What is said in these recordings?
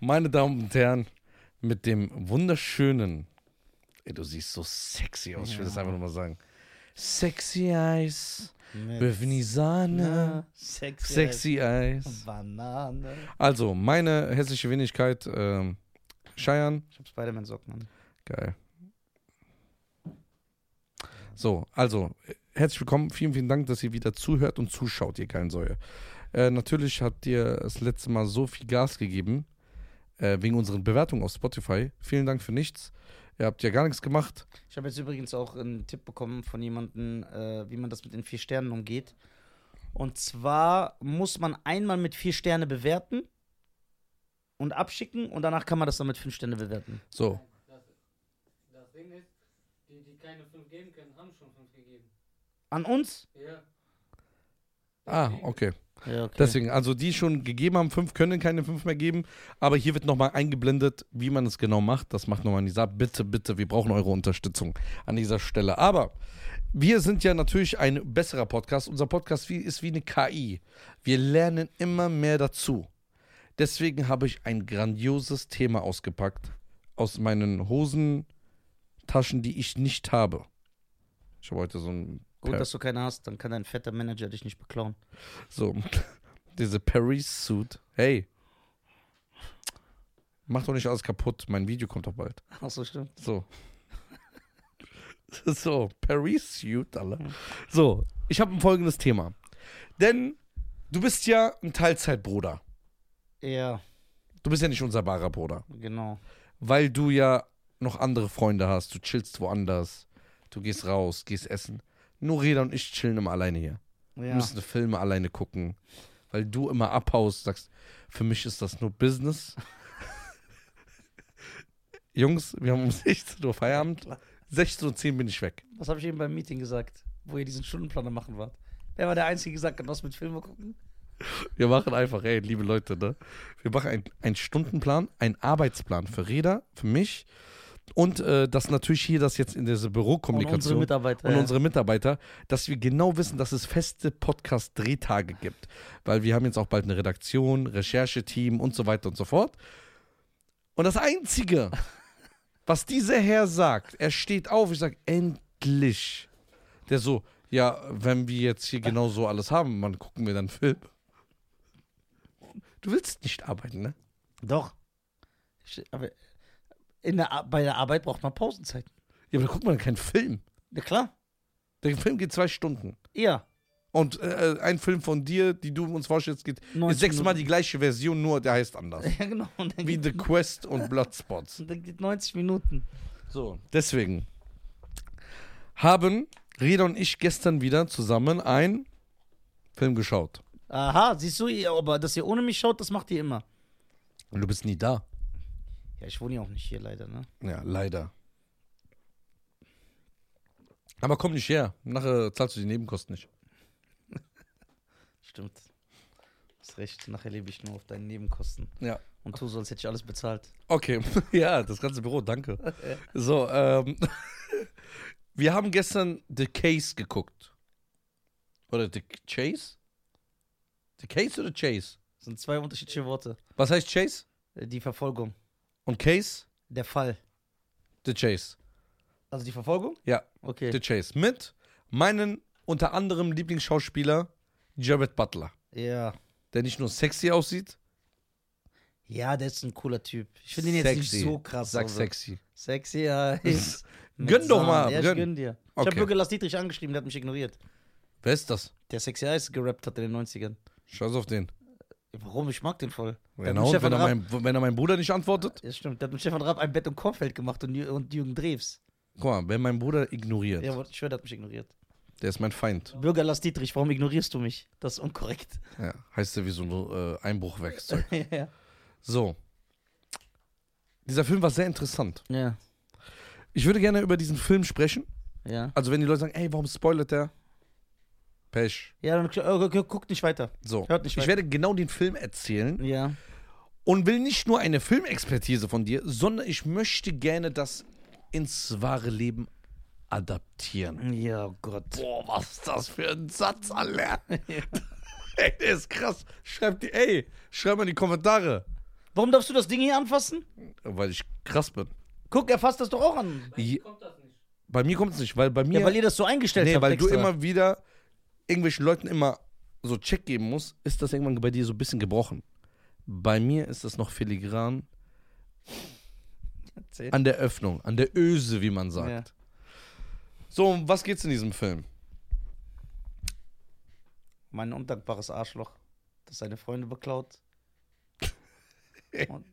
meine Damen und Herren, mit dem wunderschönen, ey, du siehst so sexy aus, ich will das einfach nur mal sagen. Sexy Eis, Mit Böfni Sahne, Banane, Sexy, Sexy Eis. Banane. Also, meine hässliche Wenigkeit, ähm, Scheiern, Ich hab Spider-Man-Socken an. Geil. So, also, äh, herzlich willkommen. Vielen, vielen Dank, dass ihr wieder zuhört und zuschaut, ihr geilen Säue. Äh, natürlich habt ihr das letzte Mal so viel Gas gegeben, äh, wegen unseren Bewertungen auf Spotify. Vielen Dank für nichts. Ihr habt ja gar nichts gemacht. Ich habe jetzt übrigens auch einen Tipp bekommen von jemandem, äh, wie man das mit den vier Sternen umgeht. Und zwar muss man einmal mit vier Sterne bewerten und abschicken und danach kann man das dann mit fünf Sterne bewerten. So, Das, das Ding ist, die, die keine 5 geben können, haben schon 5 gegeben. An uns? Ja. ah, okay. Ja, okay. Deswegen, also die schon gegeben haben, fünf können keine fünf mehr geben. Aber hier wird nochmal eingeblendet, wie man es genau macht. Das macht nochmal Nisa. Bitte, bitte, wir brauchen eure Unterstützung an dieser Stelle. Aber wir sind ja natürlich ein besserer Podcast. Unser Podcast wie- ist wie eine KI. Wir lernen immer mehr dazu. Deswegen habe ich ein grandioses Thema ausgepackt aus meinen Hosentaschen, die ich nicht habe. Ich habe heute so ein Gut, Per- dass du keine hast, dann kann dein fetter Manager dich nicht beklauen. So, diese Paris-Suit. Hey. Mach doch nicht alles kaputt. Mein Video kommt doch bald. Achso, stimmt. So. So, Paris-Suit, alle. So, ich habe ein folgendes Thema. Denn du bist ja ein Teilzeitbruder. Ja, Du bist ja nicht unser wahrer Bruder. genau. Weil du ja noch andere Freunde hast. Du chillst woanders. Du gehst raus, gehst essen. Nur Reda und ich chillen immer alleine hier. Wir Ja. müssen Filme alleine gucken, weil du immer abhaust, sagst, für mich ist das nur Business. Jungs, wir haben um 16 Uhr Feierabend. 16.10 Uhr bin ich weg. Was habe ich eben beim Meeting gesagt, wo ihr diesen Stundenplaner machen wart? Wer war der Einzige, der gesagt hat, was mit Filmen gucken? Wir machen einfach, ey, liebe Leute, ne? Wir machen ein- einen Stundenplan, einen Arbeitsplan für Reda, für mich. Und äh, dass natürlich hier das jetzt in dieser Und unsere Bürokommunikation Mitarbeiter. und ja. unsere Mitarbeiter, dass wir genau wissen, dass es feste Podcast-Drehtage gibt. Weil wir haben jetzt auch bald eine Redaktion, Rechercheteam und so weiter und so fort. Und das Einzige, was dieser Herr sagt, er steht auf, ich sage, endlich. Der so, ja, wenn wir jetzt hier genau so alles haben, wann gucken wir dann Film? Du willst nicht arbeiten, ne? Doch. Ich- Aber in der, Ar- bei der Arbeit braucht man Pausenzeiten. Ja, aber da guckt man keinen Film. Na klar. Der Film geht zwei Stunden. Ja. Und äh, ein Film von dir, die du uns vorstellst, geht 90 sechsmal die gleiche Version, nur der heißt anders. Minuten. Ja, genau. Und dann, Wie The geht, Quest und Bloodspots. und dann geht 90 Minuten. So, deswegen haben Reda und ich gestern wieder zusammen einen Film geschaut. Aha, siehst du, ihr- aber dass ihr ohne mich schaut, das macht ihr immer. Und du bist nie da. Ja, ich wohne ja auch nicht hier leider, ne? Ja, leider. Aber komm nicht her. Nachher zahlst du die Nebenkosten nicht. Stimmt. Hast recht, nachher lebe ich nur auf deinen Nebenkosten. Ja. Und tu so, als hätte ich alles bezahlt. Okay. ja, das ganze Büro, danke. So, ähm. Wir haben gestern The Case geguckt. Oder The Chase? The Case oder Chase? Das sind zwei unterschiedliche Worte. Was heißt Chase? Äh, Die Verfolgung. Und Case? Der Fall. The Chase. Also die Verfolgung? Ja, Okay. The Chase. Mit meinen unter anderem Lieblingsschauspieler Jared Butler. Ja. Der nicht nur sexy aussieht. Ja, der ist ein cooler Typ. Ich finde ihn jetzt sexy. nicht so krass. Sag aber- sexy. Sexy Eyes. Mit Gönn doch Sahne. mal, Ja, ich gönn. gönn dir. Ich Okay. habe Bürger Lars Dietrich angeschrieben, der hat mich ignoriert. Wer ist das? Der Sexy Eyes gerappt hat in den 90ern. Scheiß auf den. Warum? Ich mag den voll. Wenn Der hat mit er, und, Stefan Genau, wenn, er Raab- mein, wenn er meinem Bruder nicht antwortet. Ja, stimmt. Der hat mit Stefan Raab ein Bett und Kornfeld gemacht und, Jü- und Jürgen Drews. Guck mal, wenn mein Bruder ignoriert, Ja, ich schwöre, der hat mich ignoriert. der ist mein Feind. Bürger Lars Dietrich, warum ignorierst du mich? Das ist unkorrekt. Ja, heißt er wie so ein äh, Einbruchwerkzeug. ja. So. Dieser Film war sehr interessant. Ja. Ich würde gerne über diesen Film sprechen. Ja. Also, wenn die Leute sagen, ey, warum spoilert der? Pech. Ja, dann gu- gu- guckt nicht weiter. So. Hört nicht ich weiter. werde genau den Film erzählen. Ja. und will nicht nur eine Filmexpertise von dir, sondern ich möchte gerne das ins wahre Leben adaptieren. Ja, oh Gott. Boah, was ist das für ein Satz, Alter? ey, der ist krass. Schreibt die, ey, schreibt mal in die Kommentare. Warum darfst du das Ding hier anfassen? weil ich krass bin. Guck, er fasst das doch auch an. Bei Je- mir kommt das nicht. Bei mir kommt es nicht, weil bei mir. Ja, weil ihr das so eingestellt nee, habt. weil du extra. immer wieder irgendwelchen Leuten immer so Check geben musst, ist das irgendwann bei dir so ein bisschen gebrochen. Bei mir ist das noch filigran Erzähl. an der Öffnung, an der Öse, wie man sagt. Ja. So, um was geht's in diesem Film? Mein undankbares Arschloch, das seine Freunde beklaut. und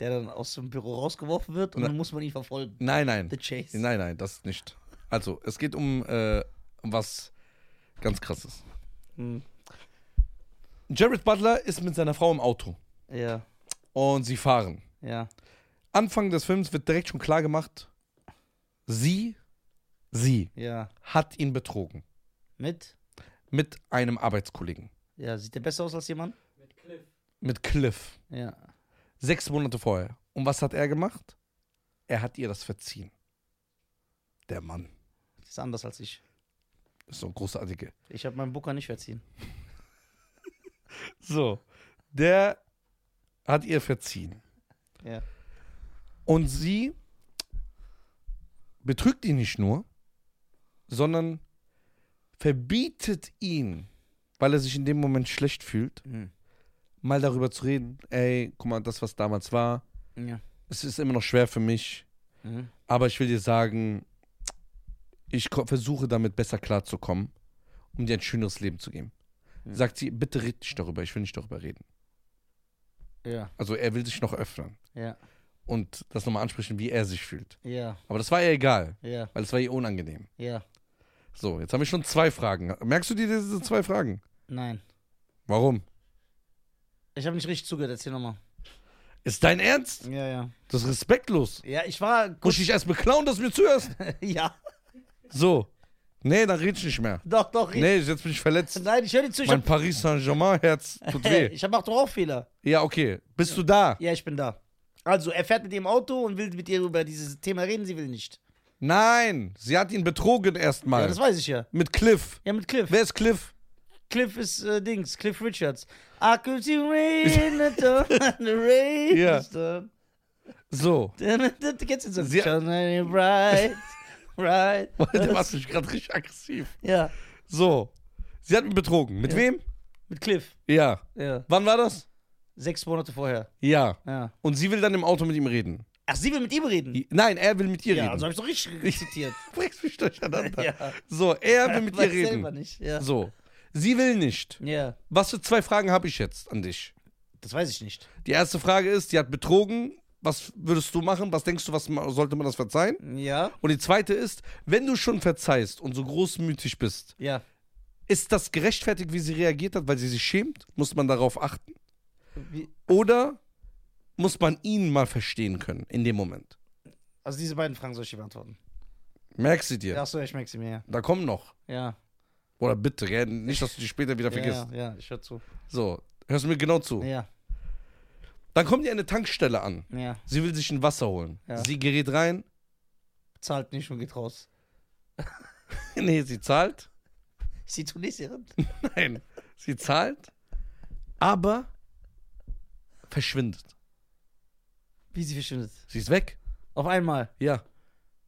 der dann aus dem Büro rausgeworfen wird und Na- dann muss man ihn verfolgen. Nein, nein. The Chase. Nein, nein, das nicht. Also, es geht um, äh, um was ganz krasses. Hm, Jared Butler ist mit seiner Frau im Auto Ja, und sie fahren. ja. Anfang des Films wird direkt schon klar gemacht, sie, sie Ja, hat ihn betrogen mit? mit einem Arbeitskollegen, Ja, sieht der besser aus als jemand? Mit Cliff. mit Cliff, Ja. sechs Monate vorher. Und was hat er gemacht? Er hat ihr das verziehen. Der Mann Ist anders als ich. ist so ein großartiger. Ich habe meinen Booker nicht verziehen. So, der hat ihr verziehen. Ja. Und sie betrügt ihn nicht nur, sondern verbietet ihn, weil er sich in dem Moment schlecht fühlt, Hm. mal darüber zu reden. Ey, guck mal, das, was damals war, Ja. es ist immer noch schwer für mich, Mhm. aber ich will dir sagen, ich ko- versuche damit besser klarzukommen, um dir ein schöneres Leben zu geben. Mhm. Sagt sie, bitte red nicht darüber, ich will nicht darüber reden. Ja, Also er will sich noch öffnen ja, und das nochmal ansprechen, wie er sich fühlt. ja, Aber das war ihr egal, ja, weil es war ihr unangenehm. ja. So, jetzt haben wir schon zwei Fragen. Merkst du dir diese zwei Fragen? Nein. Warum? Ich habe nicht richtig zugehört, erzähl nochmal. Ist dein Ernst? Ja, ja. Das ist respektlos. Ja, ich war Muss ich dich erst beklauen, dass du mir zuhörst? ja, So. Nee, dann red ich nicht mehr. doch, doch. ich- Nee, jetzt bin ich verletzt. Nein, ich höre dir zu. Also, Ich Mein hab, Paris Saint-Germain-Herz tut weh. ich hab auch doch auch Fehler. Ja, okay. Bist du da? Ja, ich bin da. Also, er fährt mit ihr im Auto und will mit ihr über dieses Thema reden, sie will nicht. Nein, sie hat ihn betrogen Ja, erstmal. das weiß ich ja. Mit Cliff. Ja, mit Cliff. Wer ist Cliff? Cliff ist äh, Dings, Cliff Richards. I could see rain at the and the rain. Ja. is done. So. Kennst du den Song? Sie- Shining bright, bright. Du machst mich gerade richtig aggressiv. Ja, So. Sie hat ihn betrogen. Mit Ja. wem? mit Cliff. Ja. Ja. Wann war das? Sechs Monate vorher. Ja. Ja. Und sie will dann im Auto mit ihm reden. Ach, sie will mit ihm reden? Nein, er will mit ihr ja, reden. also habe ich doch richtig zitiert. bringst mich durcheinander. Ja. So, er will mit dir Weiß selber reden. nicht. Ja. So, sie will nicht. ja, Was für zwei Fragen habe ich jetzt an dich? das weiß ich nicht. Die erste Frage ist, die hat betrogen. Was würdest du machen? Was denkst du, was ma- sollte man das verzeihen? Ja, Und die zweite ist, wenn du schon verzeihst und so großmütig bist, ja. ist das gerechtfertigt, wie sie reagiert hat, weil sie sich schämt? Muss man darauf achten? Wie, Oder muss man ihn mal verstehen können in dem Moment? also diese beiden Fragen soll ich dir beantworten. Merkst du dir? Ja. Achso, ich merke sie mir, Da kommen noch. ja. Ja, Oder bitte, gell? nicht, dass du dich später wieder ja, vergisst. ja, ja ich höre zu. So, hörst du mir genau zu. Ja, Dann kommt ihr an eine Tankstelle an. ja. Sie will sich ein Wasser holen. Ja. Sie gerät rein. Zahlt nicht und geht raus. nee, sie zahlt. Ist die Tunesierin? Nein, sie zahlt. Aber verschwindet. Wie sie verschwindet. Sie ist weg. Auf einmal. Ja,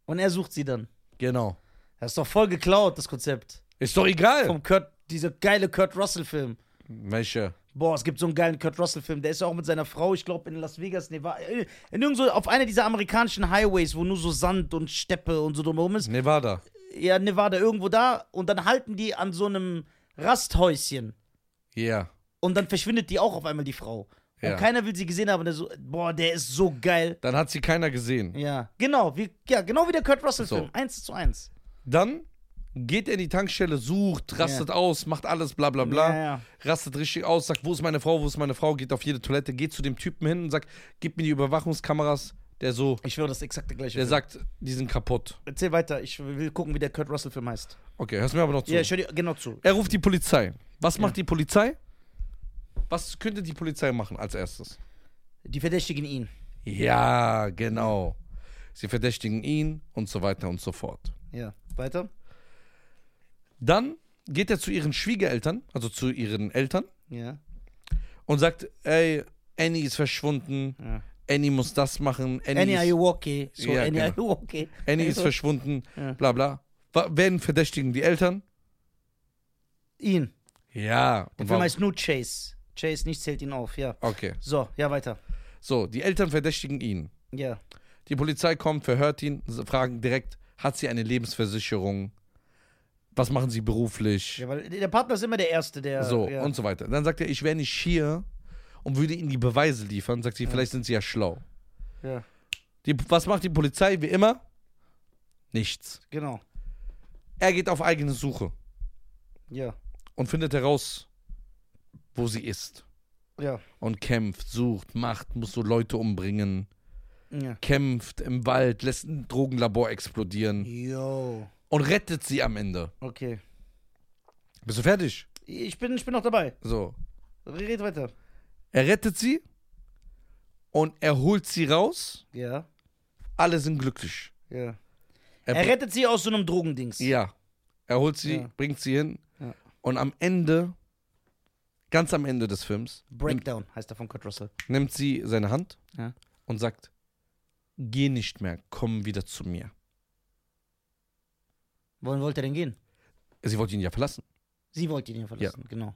Und er sucht sie dann. genau. Das ist doch voll geklaut, das Konzept. Ist doch egal. Vom Kurt, dieser geile Kurt Russell-Film. Welche? Boah, es gibt so einen geilen Kurt Russell-Film. Der ist ja auch mit seiner Frau, ich glaube, in Las Vegas, Nevada. äh, In irgend so, auf einer dieser amerikanischen Highways, wo nur so Sand und Steppe und so drumherum ist. Nevada. Ja, Nevada, irgendwo da. Und dann halten die an so einem Rasthäuschen. Ja. Und dann verschwindet die auch auf einmal, die Frau. Und Ja. keiner will sie gesehen haben. Und Der so, boah, der ist so geil. Dann hat sie keiner gesehen. Ja, genau. Wie, ja, genau wie der Kurt Russell-Film. So. Eins zu eins. Dann geht er in die Tankstelle, sucht, rastet aus, macht alles, bla bla bla. Ja, ja. Rastet richtig aus, sagt, wo ist meine Frau, wo ist meine Frau, geht auf jede Toilette, geht zu dem Typen hin und sagt, gib mir die Überwachungskameras. Der so, Ich höre das exakt der gleiche. der Film. sagt, die sind kaputt. Erzähl weiter. Ich will gucken, wie der Kurt Russell-Film heißt. Okay, hörst mir aber noch zu. Ja, ich höre dir genau zu. Er ruft die Polizei. Was macht die Polizei? Was könnte die Polizei machen als erstes? Die verdächtigen ihn. Ja, genau. Sie verdächtigen ihn und so weiter und so fort. Ja. Weiter? Dann geht er zu ihren Schwiegereltern, also zu ihren Eltern, Ja. und sagt, ey, Annie ist verschwunden, Ja. Annie muss das machen, Annie, also? Annie, are ist, you okay? So, Ja, Annie, genau. are you okay? Annie ist verschwunden, Ja. bla bla. Wa- Werden verdächtigen die Eltern? Ihn. Ja. Der Und Film warum? heißt nur Chase. Chase, nichts hält ihn auf, ja. Okay. So, ja, weiter. So, die Eltern verdächtigen ihn. Ja. Die Polizei kommt, verhört ihn, s- fragen direkt, hat sie eine Lebensversicherung? Was machen sie beruflich? ja weil der Partner ist immer der Erste, der. so ja. und so weiter. Dann sagt er, ich wäre nicht hier und würde ihnen die Beweise liefern. Sagt sie, vielleicht sind sie ja schlau. ja, Die, was macht die Polizei wie immer? Nichts. genau. Er geht auf eigene Suche Ja, und findet heraus, wo sie ist. ja, Und kämpft, sucht, macht, muss so Leute umbringen. ja. Kämpft im Wald, lässt ein Drogenlabor explodieren Yo. und rettet sie am Ende. Okay. Bist du fertig? Ich bin, ich bin noch dabei. So. Red weiter. Er rettet sie und er holt sie raus. Ja, Alle sind glücklich. ja. Er, Er br- rettet sie aus so einem Drogendings. Ja. Er holt sie, Ja. bringt sie hin. Ja. Und am Ende, ganz am Ende des Films, nimmt, Breakdown heißt er von Kurt Russell. nimmt sie seine Hand Ja. und sagt: Geh nicht mehr, komm wieder zu mir. Wohin wollte er denn gehen? Sie wollte ihn ja verlassen. Sie wollte ihn ja verlassen, genau.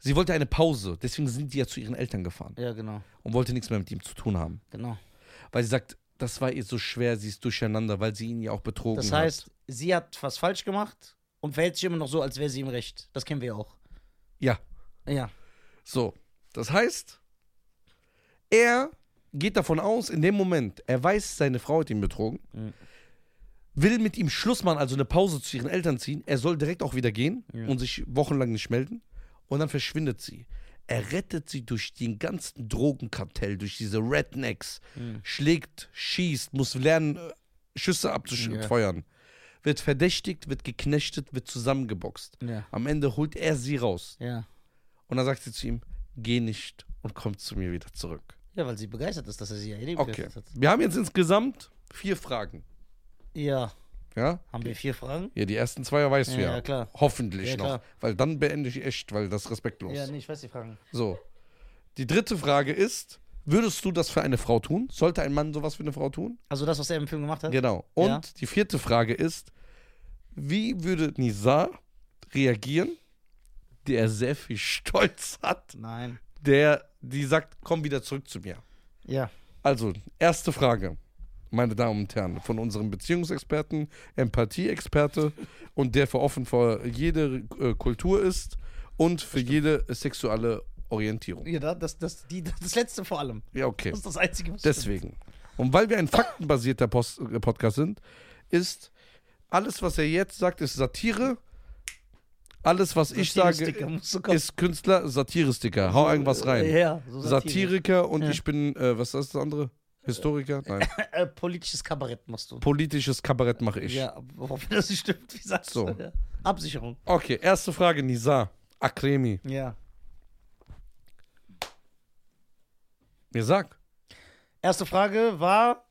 Sie wollte eine Pause, deswegen sind die ja zu ihren Eltern gefahren Ja, genau, und wollte nichts mehr mit ihm zu tun haben. genau. Weil sie sagt, das war ihr so schwer, sie ist durcheinander, weil sie ihn ja auch betrogen Das hat. heißt, sie hat was falsch gemacht und verhält sich immer noch so, als wäre sie im Recht. Das kennen wir auch. Ja. Ja, So, das heißt, er geht davon aus, in dem Moment, er weiß, seine Frau hat ihn betrogen, Mhm. will mit ihm Schluss machen, also eine Pause zu ihren Eltern ziehen. Er soll direkt auch wieder gehen und sich wochenlang nicht melden. Und dann verschwindet sie. Er rettet sie durch den ganzen Drogenkartell, durch diese Rednecks, schlägt, schießt, muss lernen, äh, Schüsse Ja. abzufeuern. Wird verdächtigt, wird geknechtet, wird zusammengeboxt. ja, Am Ende holt er sie raus. ja. Und dann sagt sie zu ihm, geh nicht und komm zu mir wieder zurück. Ja, weil sie begeistert ist, dass er sie ja erlebt Okay. hat. Wir haben jetzt insgesamt vier Fragen. Ja, Ja? haben wir vier Fragen? Ja, die ersten zwei weißt du Ja, ja. ja, klar. Hoffentlich Ja, noch. klar. Weil dann beende ich echt, weil das ist respektlos. Ja, ne. nee, ich weiß die Fragen. So. Die dritte Frage ist, würdest du das für eine Frau tun? Sollte ein Mann sowas für eine Frau tun? Also das, was er im Film gemacht hat? Genau. Und Ja. die vierte Frage ist, wie würde Nizar reagieren, der sehr viel Stolz hat, Nein. der, die sagt, komm wieder zurück zu mir? Ja. Also, erste Frage, meine Damen und Herren, von unserem Beziehungsexperten, Empathieexperte und der für offen für jede äh, Kultur ist und für jede sexuelle Orientierung. Ja, da- das, das, die, das letzte vor allem. Ja, okay. Das ist das Einzige, was Deswegen. Und weil wir ein faktenbasierter Post äh, Podcast sind, ist alles, was er jetzt sagt, ist Satire. Alles, was ich Satiristiker sage, musst du kommen. ist Künstler, Satiristiker. Hau irgendwas rein. Ja, so Satire. Satiriker und Ja. ich bin, äh, was ist das andere? Historiker? Nein. Äh, politisches Kabarett machst du. Politisches Kabarett mache ich. Ja, worauf das nicht stimmt, wie sagst So. du? Ja. Absicherung. Okay, erste Frage, Nisa. Akremi. Ja. Mir sag. Erste Frage war,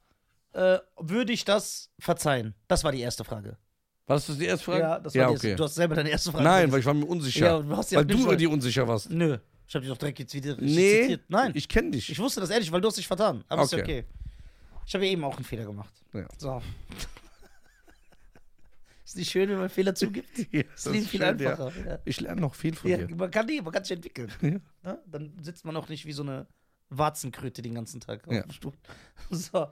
äh, würde ich das verzeihen? Das war die erste Frage. War das die erste Frage? Ja, das war die erste. Du hast selber deine erste Frage. Nein, vergessen. weil ich war mir unsicher. Ja, und du hast ja weil nicht du über mal- die unsicher warst. Nö, ich hab dich doch direkt jetzt wieder richtig Nee, zitiert. Nein, ich, ich kenne dich. wusste das ehrlich, weil du hast dich vertan. Aber ist ja Okay. okay. Ich habe ja eben auch einen Fehler gemacht. Ja. So. ist nicht schön, wenn man Fehler zugibt. Ja, Ist viel, viel schön, ja. einfacher. Ja. Ich lerne noch viel von Ja, dir. man kann nicht, man kann sich entwickeln. Ja. Ne? Dann sitzt man auch nicht wie so eine Warzenkröte den ganzen Tag auf Ja. dem Stuhl. So.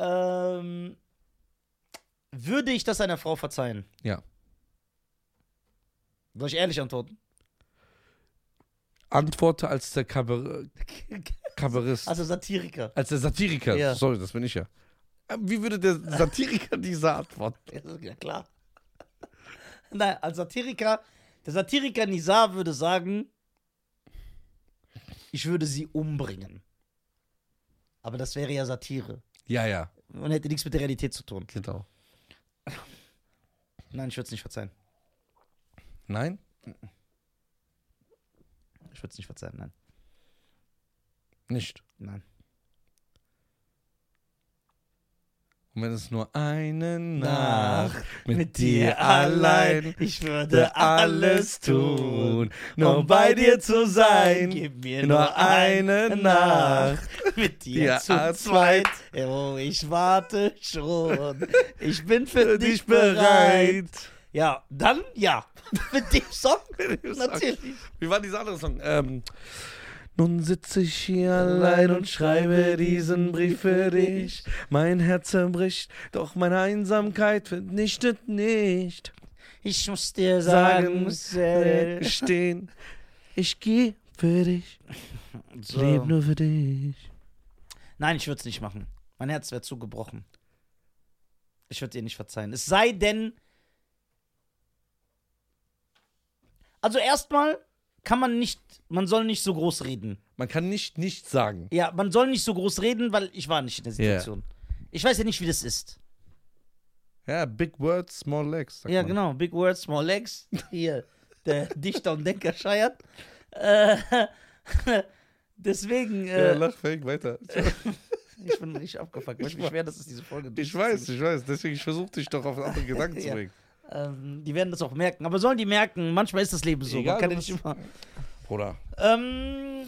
Ähm, würde ich das einer Frau verzeihen? Ja. Soll ich ehrlich antworten? Antworte als der Kabar Kabarist. Also Satiriker. als der Satiriker. Ja. Sorry, das bin ich ja. Äh, Wie würde der Satiriker diese Antwort? Ja, das ist ja klar. Nein, als Satiriker, der Satiriker Nizar würde sagen, ich würde sie umbringen. Aber das wäre ja Satire Ja, ja. und hätte nichts mit der Realität zu tun. Genau. Nein, ich würde es nicht verzeihen. Nein? Ich würde es nicht verzeihen, nein. Nicht. Nein. Und wenn es nur eine Nacht Nacht mit, dir allein ich würde würde alles tun, nur bei dir zu sein. Gib mir nur eine Nacht mit dir dir zu zu zweit. Oh, ich warte schon. Ich bin für dich dich bereit. bereit. Ja, dann ja. Mit dem Song natürlich. Wie war dieser andere Song? Ähm, nun sitze ich hier allein und schreibe diesen Brief für dich. Mein Herz zerbricht, doch meine Einsamkeit vernichtet nicht. Ich muss dir sagen, Sagen, muss, äh, stehen. Ich gehe für dich, lebe so. nur für dich. Nein, ich würde es nicht machen. Mein Herz wäre zugebrochen. Ich würde ihr nicht verzeihen. Es sei denn. Also erstmal kann man nicht, man soll nicht so groß reden. Man kann nicht nichts sagen. Ja, man soll nicht so groß reden, weil ich war nicht in der Ja. Situation. Ich weiß ja nicht, wie das ist. Ja, big words, small legs. sagt ja, man. genau. Big words, small legs. Hier, der Dichter und Denker scheiert. Äh, deswegen, Ja, äh, lach fake weiter. ich bin richtig abgefuckt. Ich Ich bin schwer, dass es diese Folge Ich weiß, ich weiß. Deswegen versuche dich doch auf andere Gedanken zu Ja. bringen. Ähm, die werden das auch merken. Aber sollen die merken, manchmal ist das Leben so. Egal, man kann du ja nicht bist- immer. Bruder, Ähm,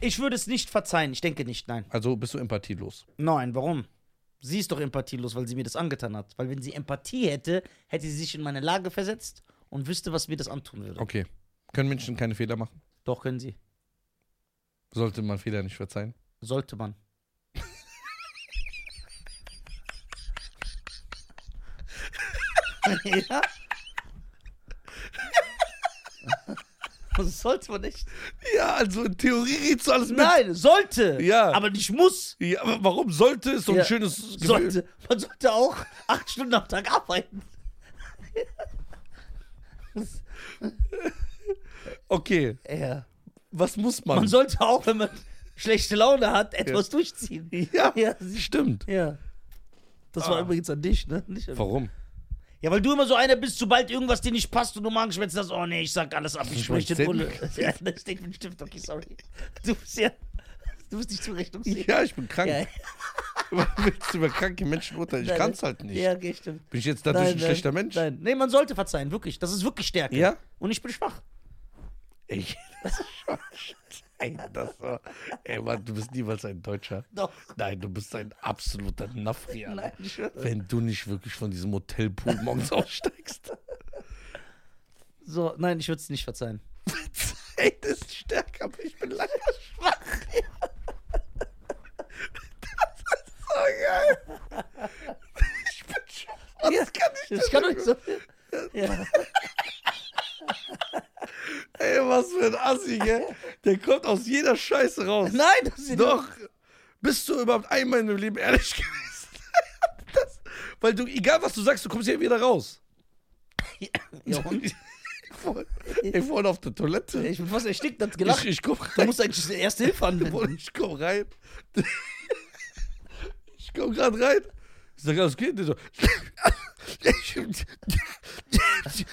ich würde es nicht verzeihen. Ich denke nicht, nein. also bist du empathielos. Nein, warum? Sie ist doch empathielos, weil sie mir das angetan hat. Weil wenn sie Empathie hätte, hätte sie sich in meine Lage versetzt und wüsste, was mir das antun würde. Okay. Können Menschen keine Fehler machen? Doch, können sie. Sollte man Fehler nicht verzeihen? Sollte man. ja? Sollte man nicht. Ja, also in Theorie geht so alles Nein, sollte. Ja. Aber nicht muss. Ja, aber warum sollte es so ein Ja. schönes Gefühl? Sollte. Man sollte auch acht Stunden am Tag arbeiten. Okay, Ja. was muss man? Man sollte auch, wenn man schlechte Laune hat, etwas durchziehen. ja, Ja. stimmt. Ja. Das war Ah. übrigens an dich, ne? Nicht an Warum? Ja, weil du immer so einer bist, sobald irgendwas dir nicht passt und du Magenschmerzen hast, oh nee, ich sag alles ab, ich Ich spreche den mein Bulle. Ja, da steckt mit dem Stift, okay, sorry. Du bist ja, du bist nicht zurechnungsfähig. Ja, ich bin krank. Ja, Willst du über kranke Menschen urteilen? Ich Nein, kann's halt nicht. ja, okay, stimmt. Bin ich jetzt dadurch Nein, ein nein, schlechter Mensch? Nein, nee, man sollte verzeihen, wirklich. Das ist wirklich Stärke. Ja? Und ich bin schwach. Ich, ey, das war, ey, Mann, du bist niemals ein Deutscher. Doch. Nein, du bist ein absoluter Nafri. Alter. Nein, ich schwöre. Wenn du nicht wirklich von diesem Hotelpool morgens aussteigst. So, nein, ich würde es nicht verzeihen. Ey, das ist stärker, aber ich bin leider schwach. Das ist so geil. Ich bin schwach. Was kann ich Ich denn kann doch nicht so. Ja. Ey, was für ein Assi, gell? Der kommt aus jeder Scheiße raus. Nein, das ist Doch. Bist du überhaupt einmal in deinem Leben ehrlich gewesen? Das, weil du, egal was du sagst, du kommst hier wieder raus. Ja, und? Voll- Ey, vorhin auf der Toilette. Ich bin fast erstickt, hat gelacht. Ich, ich komm du rein. musst eigentlich die erste Hilfe anwenden. Ich komm rein. Ich komm grad rein. Ich sag, was geht denn so? Ich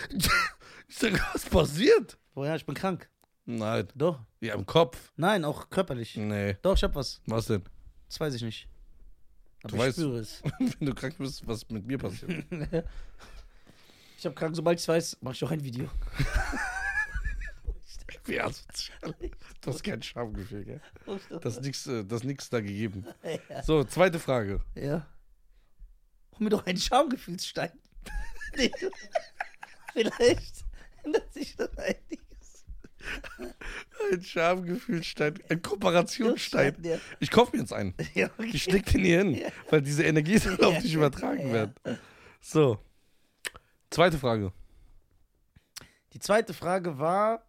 sag, was passiert? Oh ja, ich bin krank. Nein. Doch. Ja, im Kopf. Nein, auch körperlich. Nee. Doch, ich hab was. Was denn? Das weiß ich nicht. Aber Du ich weißt- spüre es. Wenn du krank bist, was mit mir passiert? Ich hab krank, sobald ich weiß, mache ich auch ein Video. Wie asozial. Das ist kein Schamgefühl, gell? Das ist nix, äh, das ist nix da gegeben. ja. So, zweite Frage. ja. Hol mir doch einen Schamgefühlsstein. Nee. Vielleicht ändert sich dann einiges. Ein Schamgefühlstein, ein Kooperationsstein. Ja, Ich kauf mir jetzt einen. ja, okay. Ich leg den hier hin, weil diese Energie soll auf dich übertragen Ja. werden. So. Zweite Frage. Die zweite Frage war,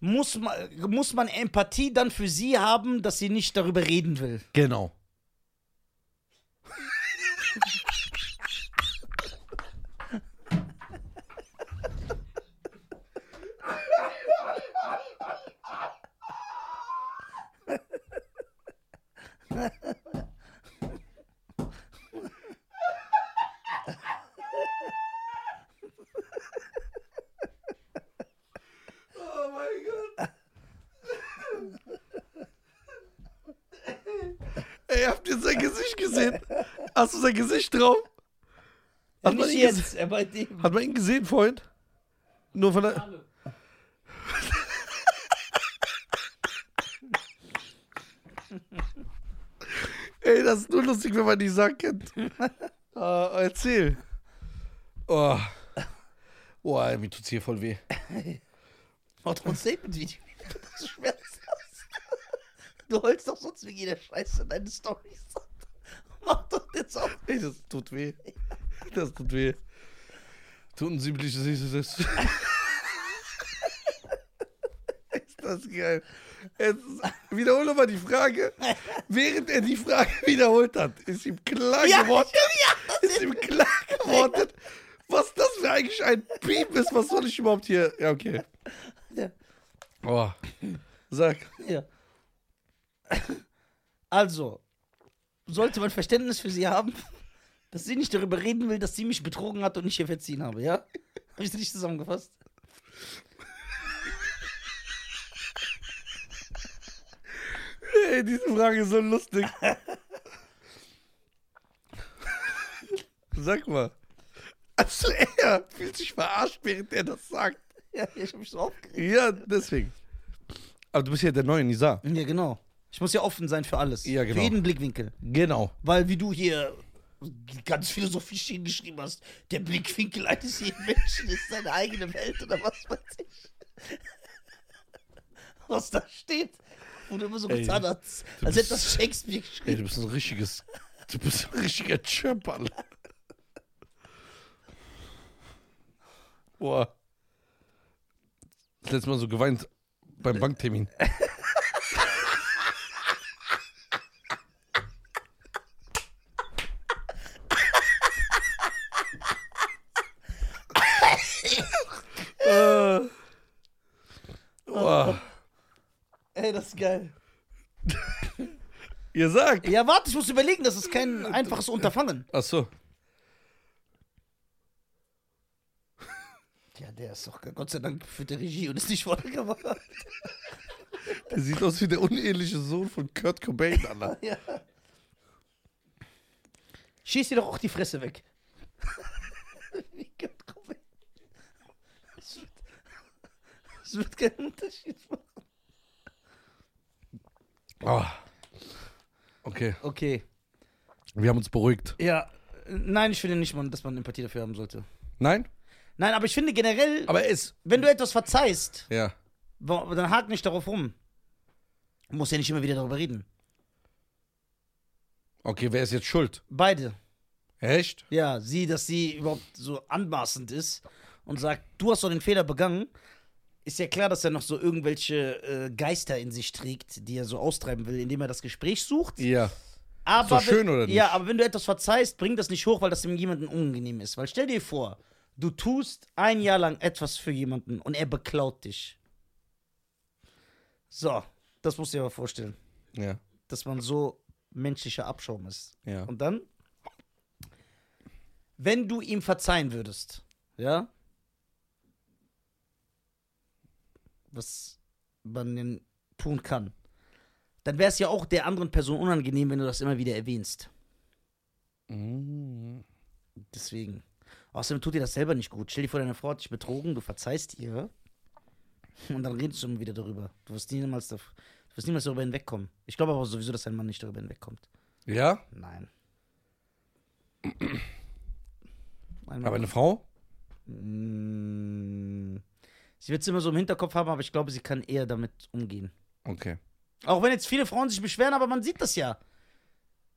muss man, muss man Empathie dann für sie haben, dass sie nicht darüber reden will? Genau. Oh mein Gott. Ey, habt ihr sein Gesicht gesehen? Hast du sein Gesicht drauf? Hat man, Nicht ihn gesehen? jetzt, aber dem. Hat man ihn gesehen vorhin? Nur von der. Alle. Ey, das ist nur lustig, wenn man die Sack kennt. Äh, erzähl. Oh. Oh, ey, mir tut's hier voll weh. Mach doch ein Statement-Video. Das schmerzt das. Du holst doch sonst wegen jeder Scheiße deine Storys. Mach doch jetzt auf. Ey, das tut weh. Das tut weh. Tut ein siebliches Süßes. Ist das geil. Es ist, wiederhole nochmal die Frage. Während er die Frage wiederholt hat, ist ihm klar geworden, ist ihm klar geworden, was das für eigentlich ein Piep ist. Was soll ich überhaupt hier? Ja, okay. Ja. Oh. Sag. Ja. Also, sollte man Verständnis für sie haben, dass sie nicht darüber reden will, dass sie mich betrogen hat und ich ihr verziehen habe, ja? Habe ich es nicht zusammengefasst? Ey, diese Frage ist so lustig. Sag mal. Also er fühlt sich verarscht, während er das sagt. Ja, ich habe mich so aufgeregt. Ja, deswegen. Aber du bist ja der neue Nisa. Ja, genau. Ich muss ja offen sein für alles. Ja, genau. Für jeden Blickwinkel. Genau. Weil wie du hier ganz philosophisch hingeschrieben hast, der Blickwinkel eines jeden Menschen ist seine eigene Welt oder was weiß ich. Was da steht. Und immer so Ey, getan hat, du als bist- hätte das Shakespeare Ey, geschrieben. du bist ein richtiges. Du bist ein richtiger Chirp, Alter. Boah. Das letzte Mal so geweint beim Banktermin. äh. Boah. Ey, das ist geil. Ihr sagt. Ja, warte, ich muss überlegen, das ist kein einfaches Unterfangen. Ach so. Ja, der ist doch Gott sei Dank für die Regie und ist nicht Kamera. Der sieht aus wie der uneheliche Sohn von Kurt Cobain, Alter. Ja. Schieß dir doch auch die Fresse weg. Wie Kurt Cobain. Es wird, es wird keinen Unterschied machen. Ah. Okay, Okay. wir haben uns beruhigt. Ja. Nein, ich finde nicht, man, dass man Empathie dafür haben sollte. Nein? Nein, aber ich finde generell, Aber es. wenn du etwas verzeihst, Ja. wa- dann hak nicht darauf rum. Du musst ja nicht immer wieder darüber reden. Okay, wer ist jetzt schuld? Beide. Echt? Ja, sie, dass sie überhaupt so anmaßend ist und sagt, du hast doch den Fehler begangen. Ist ja klar, dass er noch so irgendwelche äh, Geister in sich trägt, die er so austreiben will, indem er das Gespräch sucht. Ja. Aber doch schön, wenn, oder nicht? Ja, aber wenn du etwas verzeihst, bring das nicht hoch, weil das dem jemanden unangenehm ist. Weil stell dir vor, du tust ein Jahr lang etwas für jemanden und er beklaut dich. So, das musst du dir mal vorstellen, Ja. dass man so menschlicher Abschaum ist. Ja. Und dann, wenn du ihm verzeihen würdest, ja, was man denn tun kann, dann wäre es ja auch der anderen Person unangenehm, wenn du das immer wieder erwähnst. Mm. Deswegen. Außerdem tut dir das selber nicht gut. Stell dir vor, deine Frau hat dich betrogen, du verzeihst ihr und dann redest du immer wieder darüber. Du wirst niemals, darf- du wirst niemals darüber hinwegkommen. Ich glaube aber sowieso, dass dein Mann nicht darüber hinwegkommt. Ja? Nein. Einmal- Aber eine Frau? Mm, Sie wird es immer so im Hinterkopf haben, aber ich glaube, sie kann eher damit umgehen. Okay. Auch wenn jetzt viele Frauen sich beschweren, aber man sieht das ja.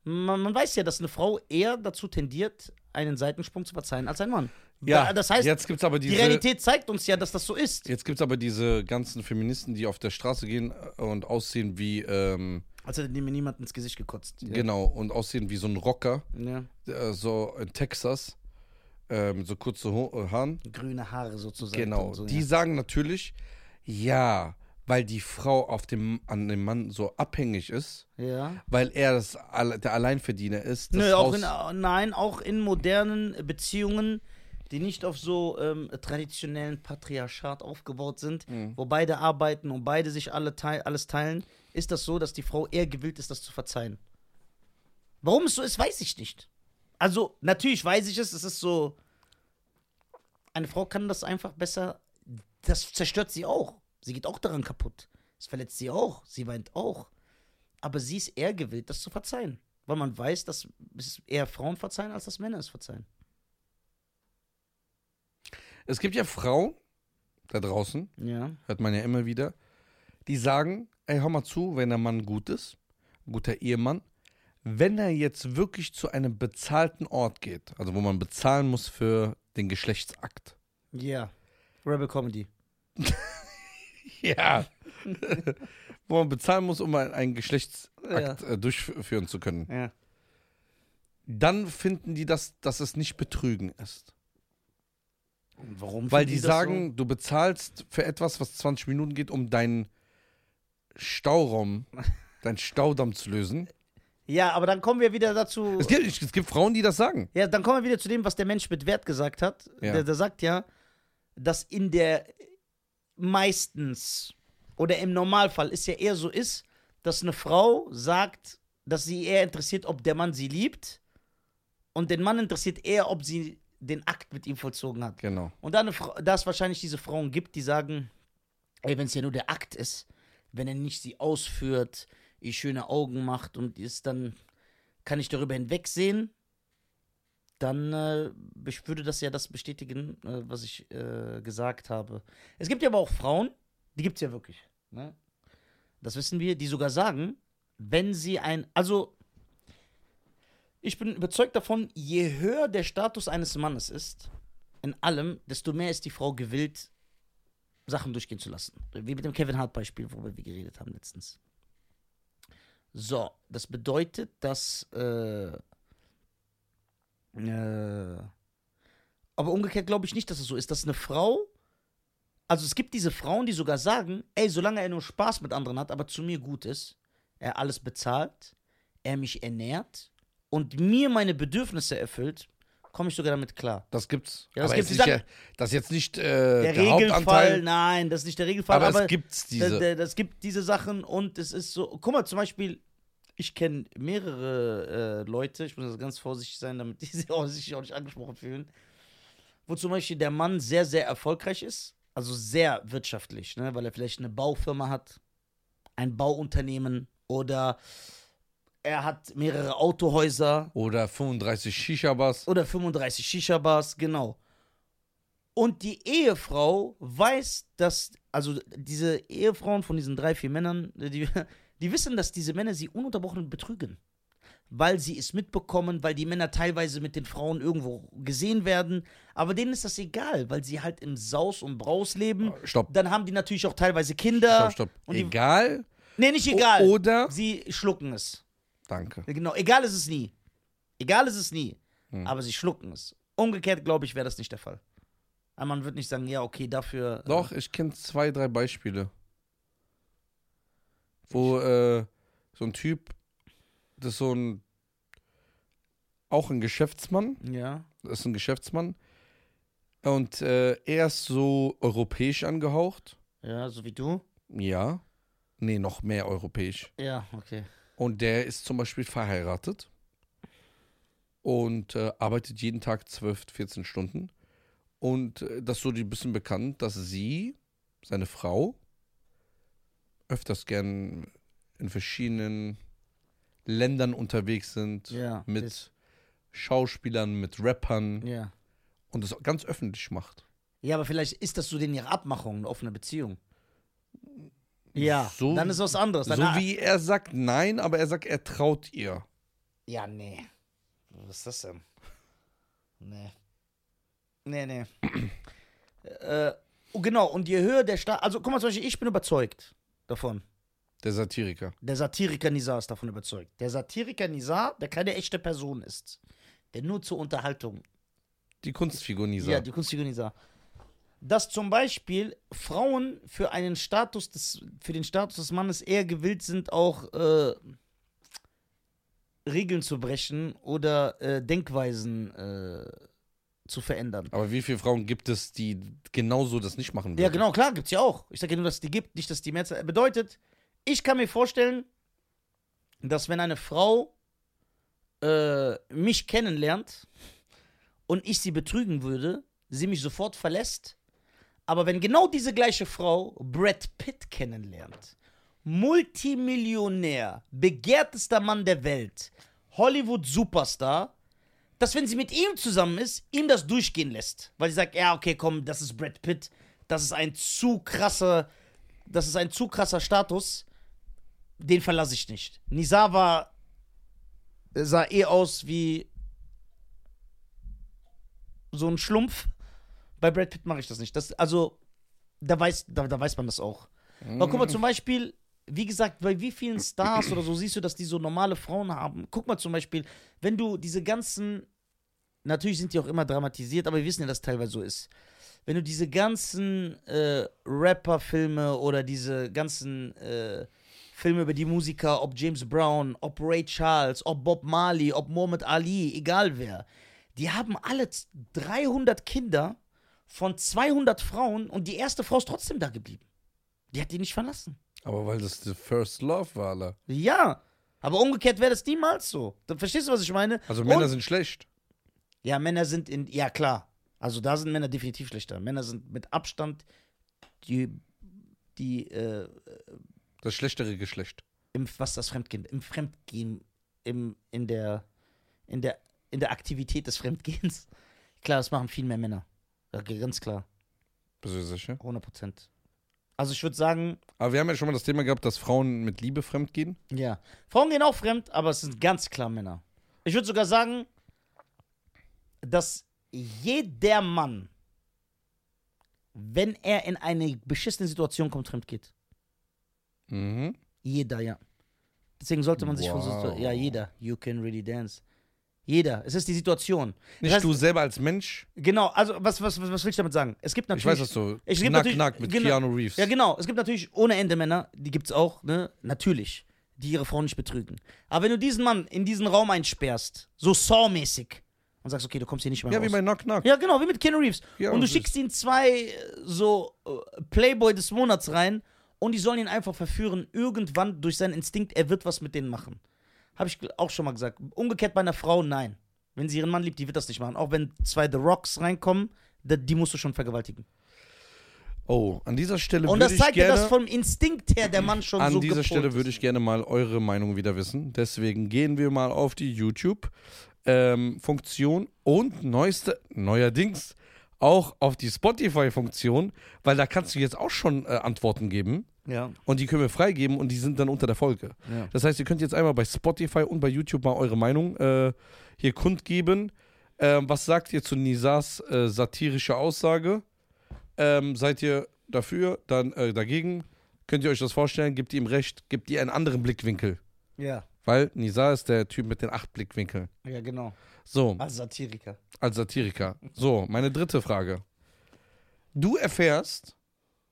Man, man weiß ja, dass eine Frau eher dazu tendiert, einen Seitensprung zu verzeihen als ein Mann. Da- das heißt, jetzt gibt's aber diese. die Realität zeigt uns ja, dass das so ist. Jetzt gibt's aber diese ganzen Feministen, die auf der Straße gehen äh, und aussehen wie. Ähm, Also hätte mir niemand ins Gesicht gekotzt. Ja. Genau, und aussehen wie so ein Rocker, Ja. äh, so in Texas, ähm, so kurze Ho Haaren. Grüne Haare sozusagen. Genau, und So, die ja. sagen natürlich, ja, weil die Frau auf dem, an dem Mann so abhängig ist, ja. weil er das, alle- der Alleinverdiener ist. Das Nö, auch Haus- in, äh, nein, auch in modernen Beziehungen, die nicht auf so ähm, traditionellen Patriarchat aufgebaut sind, Mhm. wo beide arbeiten und beide sich alle teil, alles teilen, ist das so, dass die Frau eher gewillt ist, das zu verzeihen. Warum es so ist, weiß ich nicht. Also, natürlich weiß ich es, es ist so. Eine Frau kann das einfach besser. Das zerstört sie auch. Sie geht auch daran kaputt. Es verletzt sie auch. Sie weint auch. Aber sie ist eher gewillt, das zu verzeihen. Weil man weiß, dass es eher Frauen verzeihen, als dass Männer es verzeihen. Es gibt ja Frauen da draußen, Ja. hört man ja immer wieder, die sagen, ey, hör mal zu, wenn der Mann gut ist, ein guter Ehemann, wenn er jetzt wirklich zu einem bezahlten Ort geht, also wo man bezahlen muss für den Geschlechtsakt. Ja. Rebel Comedy. Ja. wo man bezahlen muss, um ein- einen Geschlechtsakt äh, durchführen zu können. Ja. Dann finden die, das, dass es nicht Betrügen ist. Und warum? Weil finden die das sagen, du bezahlst für etwas, was 20 Minuten geht, um deinen Stauraum, deinen Staudamm zu lösen. So? Ja, aber dann kommen wir wieder dazu. Es gibt, es gibt Frauen, die das sagen. Ja, dann kommen wir wieder zu dem, was der Mensch mit Wert gesagt hat. Ja. Der, der sagt ja, dass in der meistens oder im Normalfall ist ja eher so ist, dass eine Frau sagt, dass sie eher interessiert, ob der Mann sie liebt und den Mann interessiert eher, ob sie den Akt mit ihm vollzogen hat. Genau. Und da, eine Frau, da es wahrscheinlich diese Frauen gibt, die sagen, ey, wenn es ja nur der Akt ist, wenn er nicht sie ausführt, ihr schöne Augen macht und ist, dann kann ich darüber hinwegsehen, dann äh, ich würde das ja das bestätigen, äh, was ich äh, gesagt habe. Es gibt ja aber auch Frauen, die gibt es ja wirklich, ne? das wissen wir, die sogar sagen, wenn sie ein, also ich bin überzeugt davon, je höher der Status eines Mannes ist, in allem, desto mehr ist die Frau gewillt, Sachen durchgehen zu lassen. Wie mit dem Kevin Hart-Beispiel, worüber wir geredet haben letztens. So, das bedeutet, dass. Äh, äh, aber umgekehrt glaube ich nicht, dass es so ist, dass eine Frau. Also es gibt diese Frauen, die sogar sagen, ey, solange er nur Spaß mit anderen hat, aber zu mir gut ist, er alles bezahlt, er mich ernährt und mir meine Bedürfnisse erfüllt, komme ich sogar damit klar. Das gibt's. Ja, das aber gibt's. es Die Ist sagen- ja, das ist jetzt nicht äh, der, der, Regelfall, Hauptanteil. nein, das ist nicht der Regelfall, Aber, aber, es gibt's da- diese. da- das gibt diese Sachen und es ist so, guck mal, zum Beispiel, ich kenne mehrere äh, Leute, ich muss jetzt ganz vorsichtig sein, damit die sich auch, sich auch nicht angesprochen fühlen, wo zum Beispiel der Mann sehr, sehr erfolgreich ist, also sehr wirtschaftlich, ne, weil er vielleicht eine Baufirma hat, ein Bauunternehmen oder er hat mehrere Autohäuser, Oder 35 Shisha-Bars. oder 35 Shisha-Bars, genau. Und die Ehefrau weiß, dass, also diese Ehefrauen von diesen drei, vier Männern, die, die wissen, dass diese Männer sie ununterbrochen betrügen. Weil sie es mitbekommen, weil die Männer teilweise mit den Frauen irgendwo gesehen werden. Aber denen ist das egal, weil sie halt im Saus und Braus leben. Stopp. Dann haben die natürlich auch teilweise Kinder. Ah. Stopp, stopp. Und die, Egal. nee, nicht O- egal. Oder. sie schlucken es. Danke. Genau, egal ist es nie. Egal ist es nie. Hm. Aber sie schlucken es. Umgekehrt, glaube ich, wäre das nicht der Fall. Aber man wird nicht sagen, ja, okay, dafür. äh, Doch, ich kenne zwei, drei Beispiele. Wo äh, so ein Typ, das ist so ein. Auch ein Geschäftsmann. Äh, ja. Das ist ein Geschäftsmann. Und äh, er ist so europäisch angehaucht. Ja, so wie du. Ja. Nee, noch mehr europäisch. Ja, okay. Und der ist zum Beispiel verheiratet und äh, arbeitet jeden Tag 12, 14 Stunden. Und äh, das ist so die bisschen bekannt, dass sie, seine Frau, öfters gern in verschiedenen Ländern unterwegs sind. Ja. das- mit Schauspielern, mit Rappern Ja. und das ganz öffentlich macht. Ja, aber vielleicht ist das so denn ihre Abmachung, eine offene Beziehung. Ja, So- dann ist was anderes. Dann, So wie er sagt nein, aber er sagt, er traut ihr. Ja, nee. Was ist das denn? Nee. Nee, nee. äh, oh, genau, und je höher der Staat. Also, guck mal, zum Beispiel, ich bin überzeugt davon. Der Satiriker. Der Satiriker Nizar ist davon überzeugt. Der Satiriker Nizar, der keine echte Person ist, der nur zur Unterhaltung. Die Kunstfigur Nisa. Ja, die Kunstfigur Nizar. Dass zum Beispiel Frauen für einen Status des, für den Status des Mannes eher gewillt sind, auch äh, Regeln zu brechen oder äh, Denkweisen äh, zu verändern. Aber wie viele Frauen gibt es, die genauso das nicht machen würden? Ja, genau, klar, gibt's ja auch. Ich sage ja nur, dass es die gibt, nicht, dass die Mehrzahl. äh, Bedeutet, ich kann mir vorstellen, dass wenn eine Frau äh, mich kennenlernt und ich sie betrügen würde, sie mich sofort verlässt. Aber wenn genau diese gleiche Frau Brad Pitt kennenlernt, Multimillionär, begehrtester Mann der Welt, Hollywood-Superstar, dass wenn sie mit ihm zusammen ist, ihm das durchgehen lässt. Weil sie sagt, ja, okay, komm, das ist Brad Pitt, das ist ein zu krasser, das ist ein zu krasser Status, den verlasse ich nicht. Nizar war, sah eh aus wie so ein Schlumpf. Bei Brad Pitt mache ich das nicht. Das, also, da weiß, da, da weiß man das auch. Aber guck mal, zum Beispiel, wie gesagt, bei wie vielen Stars oder so siehst du, dass die so normale Frauen haben. Guck mal zum Beispiel, wenn du diese ganzen, natürlich sind die auch immer dramatisiert, aber wir wissen ja, dass es teilweise so ist. Wenn du diese ganzen äh, Rapper-Filme oder diese ganzen äh, Filme über die Musiker, ob James Brown, ob Ray Charles, ob Bob Marley, ob Muhammad Ali, egal wer, die haben alle 300 Kinder von 200 Frauen und die erste Frau ist trotzdem da geblieben. Die hat die nicht verlassen. Aber weil das the first love war, Alter. Ja, aber umgekehrt wäre das niemals so. Da, verstehst du, was ich meine? Also Männer Und- sind schlecht. Ja, Männer sind in. Ja, klar. Also da sind Männer definitiv schlechter. Männer sind mit Abstand die, die äh, Das schlechtere Geschlecht. im, was ist das Fremdgehen, im Fremdgehen, im, in der, in der, in der Aktivität des Fremdgehens. Klar, das machen viel mehr Männer. Ja, ganz klar. Bist du sicher? 100 Prozent. Also ich würde sagen, Aber wir haben ja schon mal das Thema gehabt, dass Frauen mit Liebe fremdgehen. Ja. Frauen gehen auch fremd, aber es sind ganz klar Männer. Ich würde sogar sagen, dass jeder Mann, wenn er in eine beschissene Situation kommt, fremd geht. Mhm. Jeder, ja. Deswegen sollte man sich von so Wow. Situa- Ja, jeder. You can really dance. Jeder. Es ist die Situation. Nicht heißt- du selber als Mensch. Genau, also was, was, was, was will ich damit sagen? Es gibt natürlich. Ich weiß das so. Es gibt Knack, natürlich- knack mit genau. Keanu Reeves. Ja, genau. Es gibt natürlich ohne Ende Männer, die gibt's auch, ne? Natürlich, die ihre Frauen nicht betrügen. Aber wenn du diesen Mann in diesen Raum einsperrst, so Saw-mäßig, und sagst, okay, du kommst hier nicht mehr ja, wie raus. bei Knock Knock. ja, genau, wie mit Ken Reeves. Ja, und du das ist- schickst ihn zwei äh, so äh, Playboy des Monats rein und die sollen ihn einfach verführen. Irgendwann durch seinen Instinkt, er wird was mit denen machen. Habe ich gl- auch schon mal gesagt. Umgekehrt bei einer Frau, nein. Wenn sie ihren Mann liebt, die wird das nicht machen. Auch wenn zwei The Rocks reinkommen, da- die musst du schon vergewaltigen. Oh, an dieser Stelle Und würde das ich zeigt ja, gerne. dass vom Instinkt her der Mann schon an so dieser gepolt Stelle ist. würde ich gerne mal eure Meinung wieder wissen. Deswegen gehen wir mal auf die YouTube-Funktion und neueste, neuerdings auch auf die Spotify-Funktion, weil da kannst du jetzt auch schon äh, Antworten geben. Ja. Und die können wir freigeben und die sind dann unter der Folge. Ja. Das heißt, ihr könnt jetzt einmal bei Spotify und bei YouTube mal eure Meinung äh, hier kundgeben. Ähm, was sagt ihr zu Nisas äh, satirischer Aussage? Ähm, seid ihr dafür, dann äh, dagegen? Könnt ihr euch das vorstellen? Gebt ihr ihm recht? Gebt ihr einen anderen Blickwinkel? ja. Weil Nisa ist der Typ mit den acht Blickwinkeln. Ja, genau. So, Als Satiriker. als Satiriker. So, meine dritte Frage. Du erfährst,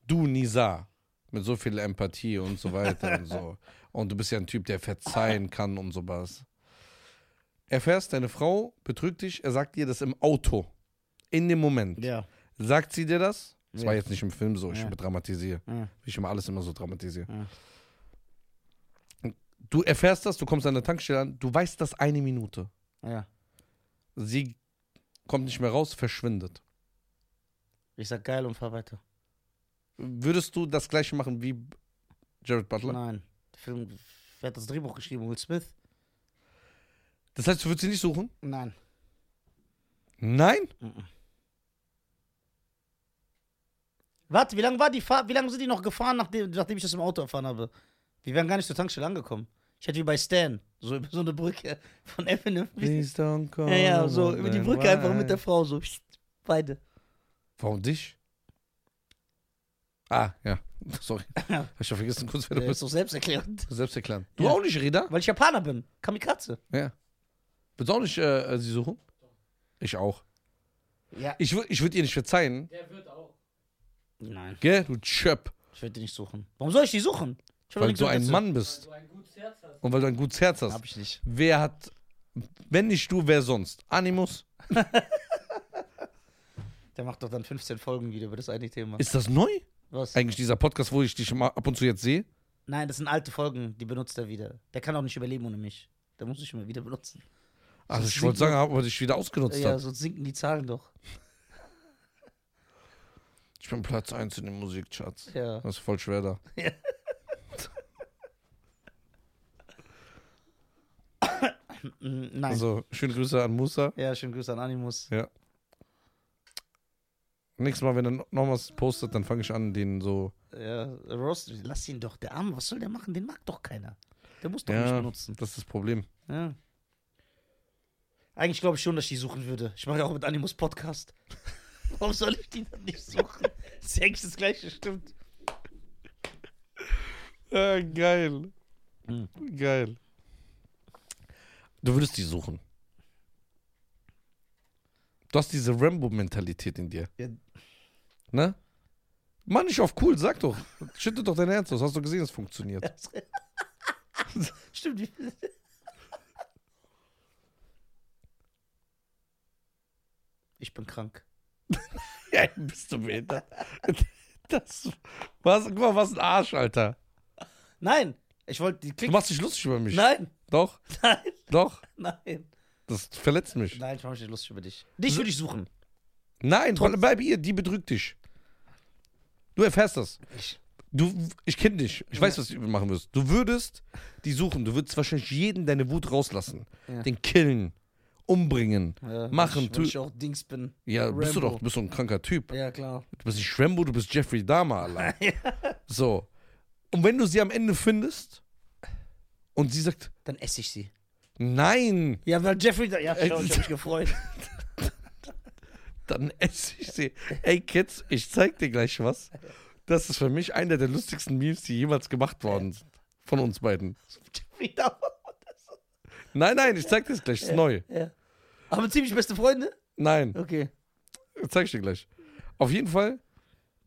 du Nisa, mit so viel Empathie und so weiter und so. Und du bist ja ein Typ, der verzeihen kann und sowas. Erfährst, deine Frau betrügt dich, er sagt dir das im Auto. In dem Moment. Ja. Sagt sie dir das? Das Ja. war jetzt nicht im Film so, ich Ja. dramatisiere. Ja. Wie ich immer alles immer so dramatisiere. Ja. Du erfährst das, du kommst an der Tankstelle an, du weißt das eine Minute. ja. Sie kommt nicht mehr raus, verschwindet. Ich sag geil und fahr weiter. Würdest du das gleiche machen wie Jared Butler? Nein. Der Film, wer hat das Drehbuch geschrieben? Will Smith? Das heißt, du würdest sie nicht suchen? Nein. Nein? Mhm. Warte, wie lange war die Fahrt? Wie lange sind die noch gefahren, nachdem, nachdem ich das im Auto erfahren habe? Wir wären gar nicht zur Tankstelle angekommen. Ich hätte wie bei Stan, so über so eine Brücke von Avenue. don't call Ja, ja, so über die Brücke einfach mit der Frau, so. Beide. Warum dich? Ah, ja. Sorry. Hab ich schon vergessen, kurz, wer du Der ist bist. doch selbst erklärend. Selbst erklären. Du Ja. auch nicht, Reda? Weil ich Japaner bin. Kamikaze. Ja. Würdest du auch nicht äh, sie suchen? Ich auch. Ja. Ich, wür- ich würde ihr nicht verzeihen. Der wird auch. Nein, Gell, du Chöp. ich werde die nicht suchen. Warum soll ich die suchen? Ich hab doch Weil nichts du mit ein zu- Mann Weil bist. du ein gutes Herz hast. Und weil du ein gutes Herz hast. Hab ich nicht. Wer hat. Wenn nicht du, wer sonst? Animus? Der macht doch dann 15 Folgen wieder über das eine Thema. Ist das neu? Was? Eigentlich dieser Podcast, wo ich dich mal ab und zu jetzt sehe. Nein, das sind alte Folgen, die benutzt er wieder. Der kann auch nicht überleben ohne mich. Der muss ich immer wieder benutzen. Also Sonst ich wollte sinken- sagen, aber ich wieder ausgenutzt Ja, habe. sonst sinken die Zahlen doch. Ich bin Platz 1 in den Musikcharts. Ja. Das ist voll schwer da. Mm, Nein. Also, schöne Grüße an Musa. Ja, schönen Grüße an Animus. Ja. Nächstes Mal, wenn er noch was postet, dann fange ich an, den so. Ja, Rost, lass ihn doch. Der Arme, was soll der machen? Den mag doch keiner. Der muss doch nicht Ja, das benutzen. ist das Problem. Ja. Eigentlich glaube ich schon, dass ich die suchen würde. Ich mache ja auch mit Animus Podcast. Warum soll ich die dann nicht suchen? Das ist ja eigentlich das Gleiche, stimmt. Ja, geil. Geil. Hm. Du würdest die suchen. Du hast diese Rambo-Mentalität in dir. Ja. Ne? Mann, ich auf cool, sag doch. Schütte doch dein Herz aus. Hast du gesehen, es funktioniert. stimmt. wie- Ich bin krank. Ja, bist du behindert. Das, was, guck mal, was ein Arsch, Alter. Nein, ich wollte die Du Klick. machst dich lustig über mich. Nein, Doch, nein, doch. nein. Das verletzt mich. Nein, ich mache mich nicht lustig über dich. Dich würde ich suchen. Nein, bleib ihr, die betrügt dich. Du erfährst das. Ich, Du, ich kenne dich. Ich weiß, was du machen wirst. Du würdest die suchen. Du würdest wahrscheinlich jeden deine Wut rauslassen. Ja. Den killen, umbringen, ja, äh, wenn machen. ich, wenn ich tu- auch Dings bin. ja, bist du Rambo. doch. Du bist so ein kranker Typ. Ja, klar. Du bist nicht Rambo, du bist Jeffrey Dahmer allein. So. Und wenn du sie am Ende findest und sie sagt, Dann esse ich sie. nein, Ja, weil Jeffrey da. Ja, schau, ich habe mich gefreut. dann esse ich sie. Ey, Kids, ich zeig dir gleich was. Das ist für mich einer der lustigsten Memes, die jemals gemacht worden sind. Von uns beiden. Jeffrey da. Nein, nein, ich zeig dir das gleich. Ist neu. Ja. Aber ziemlich beste Freunde? Nein. Okay. Zeig ich dir gleich. Auf jeden Fall,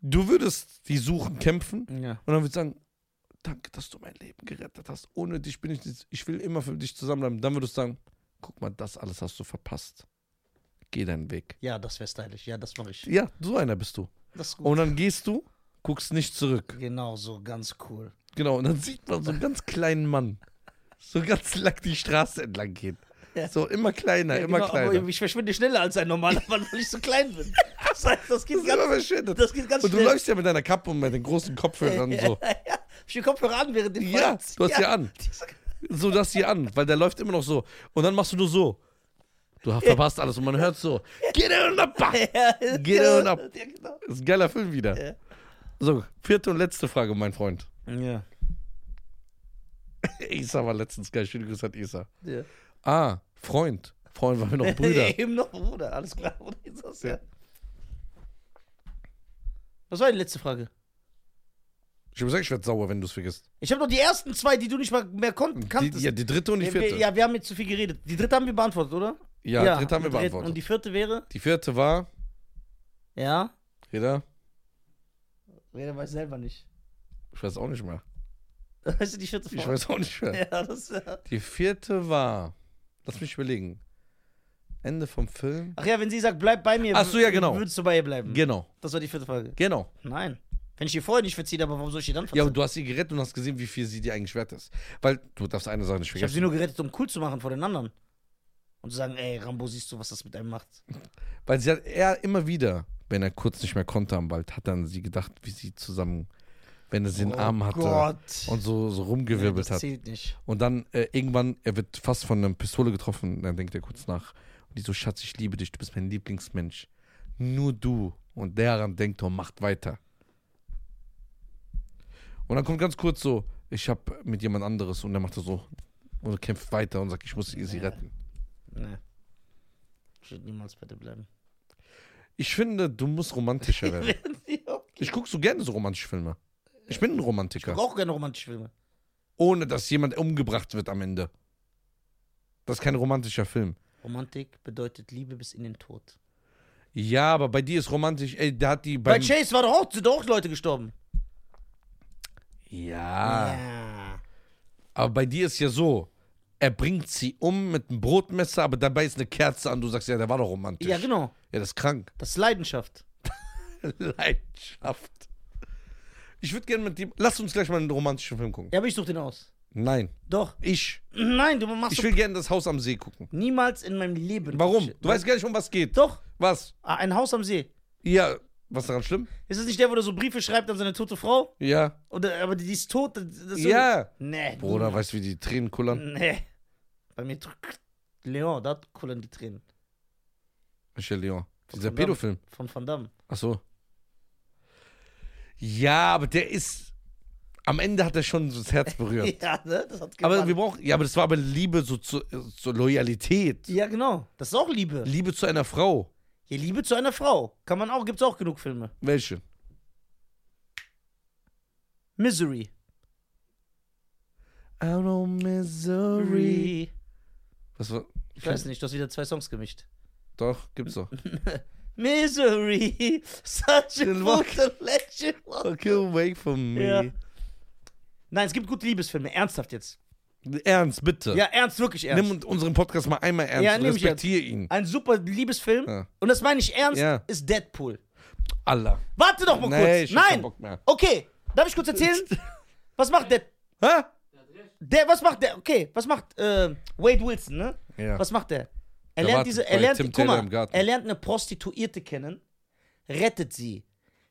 du würdest die Suchen kämpfen Ja. und dann würdest du sagen, danke, dass du mein Leben gerettet hast. Ohne dich bin ich nicht, ich will immer für dich zusammenbleiben. Dann würdest du sagen, guck mal, das alles hast du verpasst. Geh deinen Weg. Ja, das wäre stylisch. Ja, das mache ich. Ja, so einer bist du. Das ist gut. Und dann gehst du, guckst nicht zurück. genau so, ganz cool. Genau, und dann sieht man so einen ganz kleinen Mann. So ganz lang die Straße entlang gehen. Ja. So immer kleiner, immer genau, kleiner. Aber ich verschwinde schneller als ein normaler Mann, weil ich so klein bin. Das heißt, das geht Das ist ganz, immer verschwindet. das geht ganz und du schnell. läufst ja mit deiner Kappe und mit den großen Kopfhörern so. Ja, ja. Ich den Kopfhörer an während dem Ja, Fight. du hast ja an. So das hier an, weil der läuft immer noch so. Und dann machst du nur so. Du verpasst alles und man hört so. Get on the back. Ja, Geht er und ab. Ja, genau. Das ist ein geiler Film wieder. Ja. So, vierte und letzte Frage, mein Freund. Ja. Isa war letztens geil. Schöne Grüße an Isa. ja. Ah, Freund. Freund, waren wir noch Brüder. Eben noch Bruder, alles klar. Bruder, ist das, ja. Was war die letzte Frage? Ich habe gesagt, ich werde sauer, wenn du es vergisst. Ich habe noch die ersten zwei, die du nicht mal mehr kon- Die, kanntest. ja, die dritte und die Ja, wir, vierte. Ja, ja, wir haben jetzt zu viel geredet. Die dritte haben wir beantwortet, oder? dritte haben wir die dritte- beantwortet. Und die vierte wäre? die vierte war, Ja. jeder, Jeder weiß selber nicht. ich weiß auch nicht mehr. Weißt du, die vierte Ich Frage? weiß auch nicht mehr. Ja, das ja. Die vierte war, lass mich überlegen. Ende vom Film. Ach ja, wenn sie sagt, bleib bei mir, Ach so, ja, wür- genau. würdest du bei ihr bleiben. Genau, das war die vierte Frage. genau. Nein. Wenn ich ihr vorher nicht verziehe, aber warum soll ich ihr dann Ja, verziehen? und du hast sie gerettet und hast gesehen, wie viel sie dir eigentlich wert ist. Weil du darfst eine Sache nicht ich habe sie vergessen. nur gerettet, um cool zu machen vor den anderen. Und zu sagen, ey, Rambo, siehst du, was das mit einem macht? Weil sie hat er immer wieder, wenn er kurz nicht mehr konnte am Wald, hat dann sie gedacht, wie sie zusammen, wenn er sie in den Oh Arm hatte Gott. und so, so nee, rumgewirbelt das hat. zählt nicht. Und dann äh, irgendwann, er wird fast von einer Pistole getroffen, dann denkt er kurz nach. Und die so, Schatz, ich liebe dich, du bist mein Lieblingsmensch. Nur du. Und daran denkt er und macht weiter. Und dann kommt ganz kurz so, ich habe mit jemand anderes und dann macht er so und kämpft weiter und sagt, ich muss sie Ja. retten. Nee. Ich würde niemals bei dir bleiben. Ich finde, du musst romantischer werden. Ich gucke so gerne so romantische Filme. Ich bin ein Ich Romantiker. brauche gerne romantische Filme. Ohne dass jemand umgebracht wird am Ende. Das ist kein romantischer Film. Romantik bedeutet Liebe bis in den Tod. Ja, aber bei dir ist romantisch, ey, da hat die Bei beim. Chase war doch auch, sind doch auch Leute gestorben. ja, Ja. aber bei dir ist ja so, er bringt sie um mit einem Brotmesser, aber dabei ist eine Kerze an. Du sagst, ja, der war doch romantisch. ja, genau. Ja, das ist krank. Das ist Leidenschaft. Leidenschaft. Ich würde gerne mit dir. Lass uns gleich mal einen romantischen Film gucken. Ja, aber ich such den aus. Nein. Doch. Ich. Nein, du machst Ich will gerne das Haus am See gucken. niemals in meinem Leben. Warum? Du weißt gar nicht, um was geht. Doch, Was? Ah, ein Haus am See. Ja. Was daran schlimm? Ist es nicht der, wo der so Briefe schreibt an seine tote Frau? Ja. Oder, aber die ist tot. Das das ist so- Ja. Nee. Bruder, weißt du, wie die Tränen kullern? Nee. Bei mir drückt Leon, da kullern die Tränen. Michel Leon. Dieser Von Damme. Pädofilm. Von Van Damme. Ach so. Ja, aber der ist. Am Ende hat er schon so das Herz berührt. Ja, ne? Das hat aber gewandt. wir brauchen. Ja, aber das war aber Liebe so zu, äh, zur Loyalität. Ja, genau. Das ist auch Liebe. Liebe zu einer Frau. Ja, Liebe zu einer Frau. Kann man auch, gibt's auch genug Filme. Welche? Misery. Out of misery. Was war. Ich weiß nicht, du hast wieder zwei Songs gemischt. Doch, gibt's doch. Misery, such a Look. fucking legend. Okay, wake from Ja. me. Nein, es gibt gute Liebesfilme, ernsthaft jetzt. Ernst, bitte. Ja, ernst, wirklich ernst. Nimm und- unseren Podcast mal einmal ernst Ja, und nehm ich respektiere ihn. Ein super Liebesfilm, Ja. und das meine ich ernst, Ja. ist Deadpool. Allah. Warte doch mal Nee, kurz. ich hab keinen Nein! Bock mehr. Okay, darf ich kurz erzählen? was macht der, Hä? Ah, Der hat recht. der, was macht der, okay, was macht äh, Wade Wilson, ne? Ja. Was macht er? Der Er lernt wartet diese, bei er lernt, Tim guck Taylor im mal, Garten. er lernt eine Prostituierte kennen, rettet sie.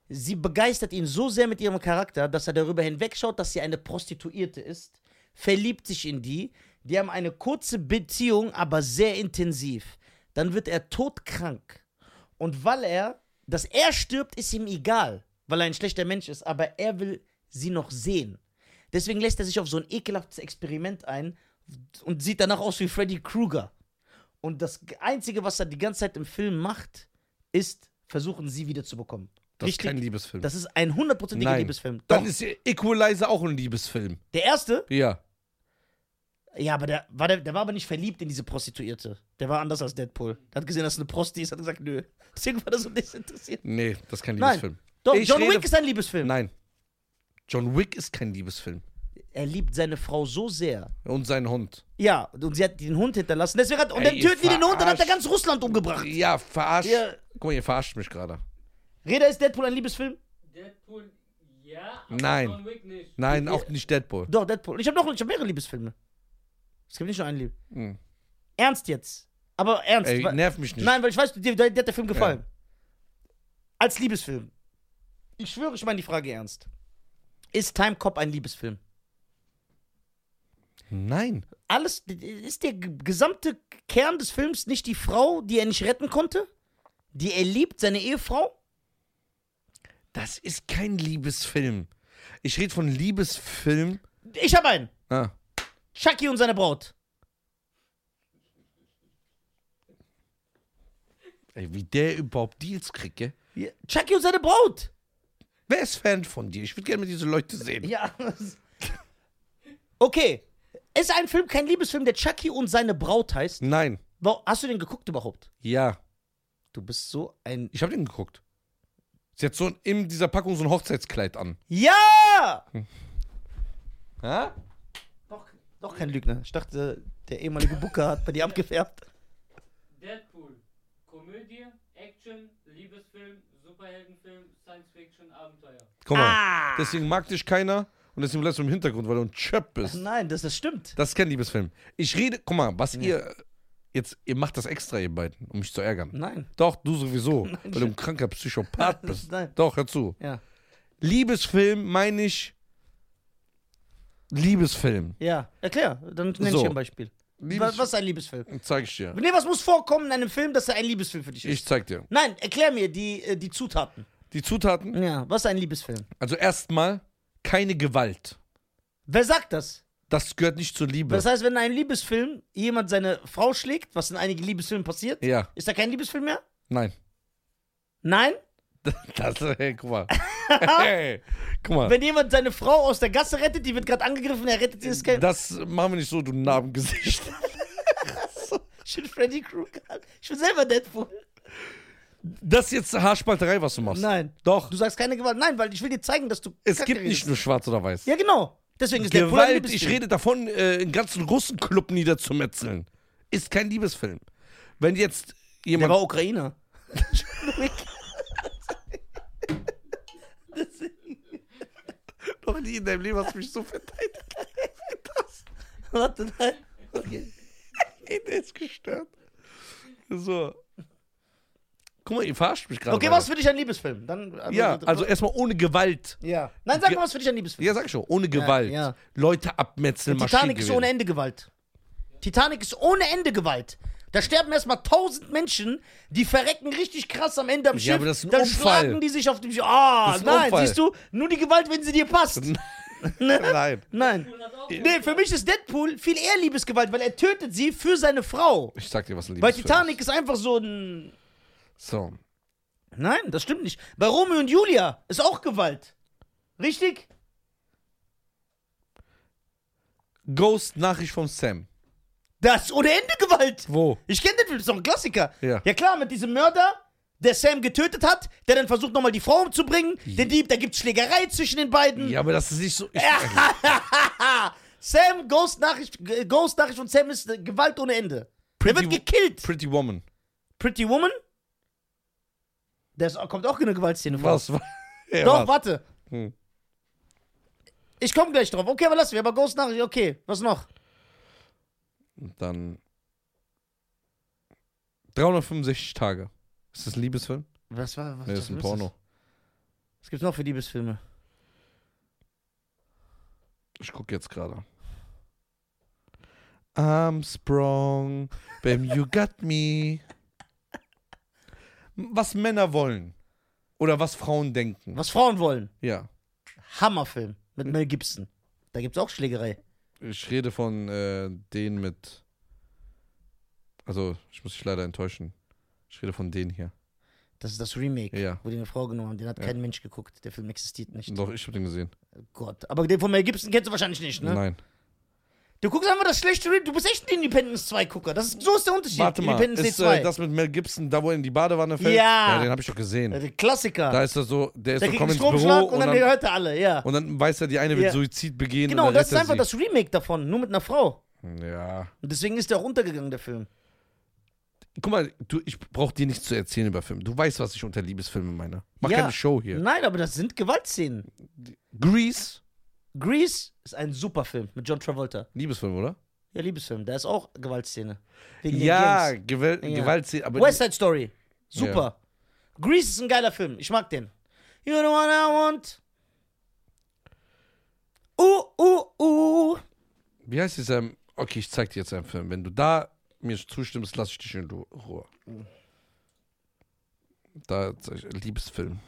Sie begeistert ihn so sehr mit ihrem Charakter, dass er darüber hinwegschaut, dass sie eine Prostituierte ist, verliebt sich in die, die haben eine kurze Beziehung, aber sehr intensiv. Dann wird er todkrank. Und weil er, dass er stirbt, ist ihm egal, weil er ein schlechter Mensch ist, aber er will sie noch sehen. Deswegen lässt er sich auf so ein ekelhaftes Experiment ein und sieht danach aus wie Freddy Krueger. Und das Einzige, was er die ganze Zeit im Film macht, ist versuchen, sie wiederzubekommen. Das ist Richtig? kein Liebesfilm. das ist ein hundertprozentiger Nein. Liebesfilm. Doch. Dann ist Equalizer auch ein Liebesfilm. der erste? Ja. Ja, aber der war, der, der war aber nicht verliebt in diese Prostituierte. Der war anders als Deadpool. Der hat gesehen, dass es eine Prosti ist, hat gesagt, nö. Deswegen war das so desinteressiert. Nee, das ist kein Nein. Liebesfilm. Doch, Ich John rede- Wick ist ein Liebesfilm. Nein. John Wick ist kein Liebesfilm. Er liebt seine Frau so sehr. Und sein Hund. Ja, und sie hat den Hund hinterlassen. Deswegen hat, und Ey, dann ihr töten die den Hund und hat er verarscht. ganz Russland umgebracht. Ja, verarscht. Ja. Guck mal, ihr verarscht mich gerade. Reda ist Deadpool ein Liebesfilm? Deadpool, ja. aber Nein. John Wick nicht. Nein, auch nicht Deadpool. Doch, Deadpool. Ich habe noch ich hab mehrere Liebesfilme. Es gibt nicht nur einen Lieb. Hm. Ernst jetzt. Aber ernst. Ey, weil- nerv mich nicht. Nein, weil ich weiß, dir, dir hat der Film gefallen. Als Liebesfilm. Ich schwöre, ich meine die Frage ernst. Ist Time Cop ein Liebesfilm? Nein. Alles, ist der g- gesamte Kern des Films nicht die Frau, die er nicht retten konnte? Die er liebt, seine Ehefrau? Das ist kein Liebesfilm. Ich rede von Liebesfilm. Ich habe einen. Ah. Chucky und seine Braut. Ey, wie der überhaupt Deals kriegt, gell? Chucky und seine Braut. Wer ist Fan von dir? Ich würde gerne mal diese Leute sehen. Ja. Okay. Ist ein Film kein Liebesfilm, der Chucky und seine Braut heißt? Nein. Wa- Hast du den geguckt überhaupt? Ja. Du bist so ein. Ich habe den geguckt. Sie hat so ein, in dieser Packung so ein Hochzeitskleid an. Ja! Hä? Doch, doch kein Lügner. Ich dachte, der ehemalige Booker hat bei dir abgefärbt. Deadpool. Komödie, Action, Liebesfilm, Superheldenfilm, Science Fiction, Abenteuer. Guck mal. Ah. Deswegen mag dich keiner und deswegen bleibst du im Hintergrund, weil du ein Chöp bist. Nein, das, das stimmt. Das ist kein Liebesfilm. Ich rede, guck mal, was ihr. Jetzt, ihr macht das extra, ihr beiden, um mich zu ärgern. Nein. Doch, du sowieso, weil du ein kranker Psychopath bist. Nein. Doch, hör zu. Ja. Liebesfilm meine ich. Liebesfilm. Ja. Erklär. Dann nenn So. ich ein Beispiel. Was, Liebes- was ist ein Liebesfilm? Zeig ich dir. Nee, was muss vorkommen in einem Film, dass er ein Liebesfilm für dich ist? Ich zeig dir. Nein, erklär mir die, äh, die Zutaten. Die Zutaten, Ja, was ist ein Liebesfilm? also erstmal keine Gewalt. Wer sagt das? Das gehört nicht zur Liebe. Das heißt, wenn in einem Liebesfilm jemand seine Frau schlägt, was in einigen Liebesfilmen passiert, ja, ist da kein Liebesfilm mehr? nein. Nein? Das, hey, guck mal. hey, guck mal. Wenn jemand seine Frau aus der Gasse rettet, die wird gerade angegriffen, er rettet sie, ist kein. Das machen wir nicht so, du Narbengesicht. Shit, Freddy Krueger. Ich bin selber Deadpool. Das ist jetzt Haarspalterei, was du machst. Nein. Doch. Du sagst keine Gewalt. Nein, weil ich will dir zeigen, dass du. es Kacke gibt nicht redest. nur schwarz oder weiß. Ja, genau. Deswegen ist Deadpool ein Gewalt, Liebesfilm. ich rede davon, äh, einen ganzen Russenclub niederzumetzeln. Ist kein Liebesfilm. Wenn jetzt Der jemand. war Ukrainer. Noch nie in deinem Leben hast du mich so verteidigt. Das- Warte, nein. Okay. Ey, der ist gestört. So. Guck mal, ihr verarscht mich gerade. okay, weiter. was für dich ein Liebesfilm? Dann, Ja, also erstmal ohne Gewalt. Ja. Nein, sag Ge- mal, was für dich ein Liebesfilm? Ja, sag ich schon, ohne Gewalt. ja. Leute abmetzeln, Titanic ist Maschinengewehr. ohne Ende Gewalt. Titanic ist ohne Ende Gewalt. Da sterben erstmal tausend Menschen, die verrecken richtig krass am Ende am Schiff. Ja, aber das ist ein dann Unfall. schlagen die sich auf dem Schiff. Ah, Das ist ein nein, Unfall. siehst du? Nur die Gewalt, wenn sie dir passt. Nein. Nein. hat auch Nee, für mich ist Deadpool viel eher Liebesgewalt, weil er tötet sie für seine Frau. Ich sag dir was, Bei Liebes. Titanic ist einfach so ein. So. Nein, das stimmt nicht. Bei Romeo und Julia ist auch Gewalt. Richtig? Ghost-Nachricht von Sam. Das ist ohne Ende Gewalt. Wo? Ich kenne den Film, das ist doch ein Klassiker. Ja. ja klar, mit diesem Mörder, der Sam getötet hat, der dann versucht nochmal die Frau umzubringen, den Dieb, da gibt's Schlägerei zwischen den beiden. Ja, aber das ist nicht so. Ich, Sam, Ghost Nachricht, Ghost Nachricht von Sam ist äh, Gewalt ohne Ende. Der Pretty wird gekillt. Pretty Woman. Pretty Woman? Da ist- kommt auch eine Gewaltszene vor. Was? war- Ja, Doch, was? warte. Hm. Ich komme gleich drauf. Okay, aber lassen wir. Aber Ghost Nachricht, okay. Was noch? Dann. 365 Tage. Ist das ein Liebesfilm? Was war was, Nee, das ist ein was Porno. Was gibt's noch für Liebesfilme? Ich guck jetzt gerade. I'm strong, bam, you got me. Was Männer wollen. Oder was Frauen denken. Was Frauen wollen? Ja. Hammerfilm mit Hm. Mel Gibson. Da gibt's auch Schlägerei. Ich rede von äh, denen mit. Also, ich muss dich leider enttäuschen. Ich rede von denen hier. Das ist das Remake, Ja. Hm. wo die eine Frau genommen haben. Den hat kein Mensch geguckt. Der Film existiert nicht. Oh Doch, ich habe den gesehen. Gott. Aber den von Mel Gibson kennst du wahrscheinlich nicht, ne? Nein. Du guckst einfach das schlechte Remake. Du bist echt ein Independence 2-Gucker. Das ist, so ist der Unterschied. Warte mal, Independence ist Day äh, 2. das mit Mel Gibson, da wo er in die Badewanne fällt? Ja. den habe ich doch gesehen. Äh, der Klassiker. Da ist er so, der ist der so, kriegt komm einen ins Büro Stromschlag und, und dann dann, hört er alle, ja. und dann weiß er, die eine will Ja. Suizid begehen Genau, und und dann das ist einfach das Remake davon, nur mit einer Frau. das. Ja. Und deswegen ist der auch untergegangen, der Film. Guck mal, du, ich brauche dir nichts zu erzählen über Filme. Du weißt, was ich unter Liebesfilme meine. Mach Ja. keine Show hier. Nein, aber das sind Gewaltszenen. Grease, Grease ist ein super Film mit John Travolta. Liebesfilm, oder? Ja, Liebesfilm, da ist auch Gewaltszene. Wegen den Ja, Gangs. Gewalt, Ja. Gewaltszenen, aber West Side Story. Super. Grease ist ein geiler Film. Ich mag den. You know what I want? Uh, uh, uh. wie heißt dieser? Okay, ich zeig dir jetzt einen Film. Wenn du da mir zustimmst, lass ich dich in Ru- Ruhe. Da zeig ich- Liebesfilm.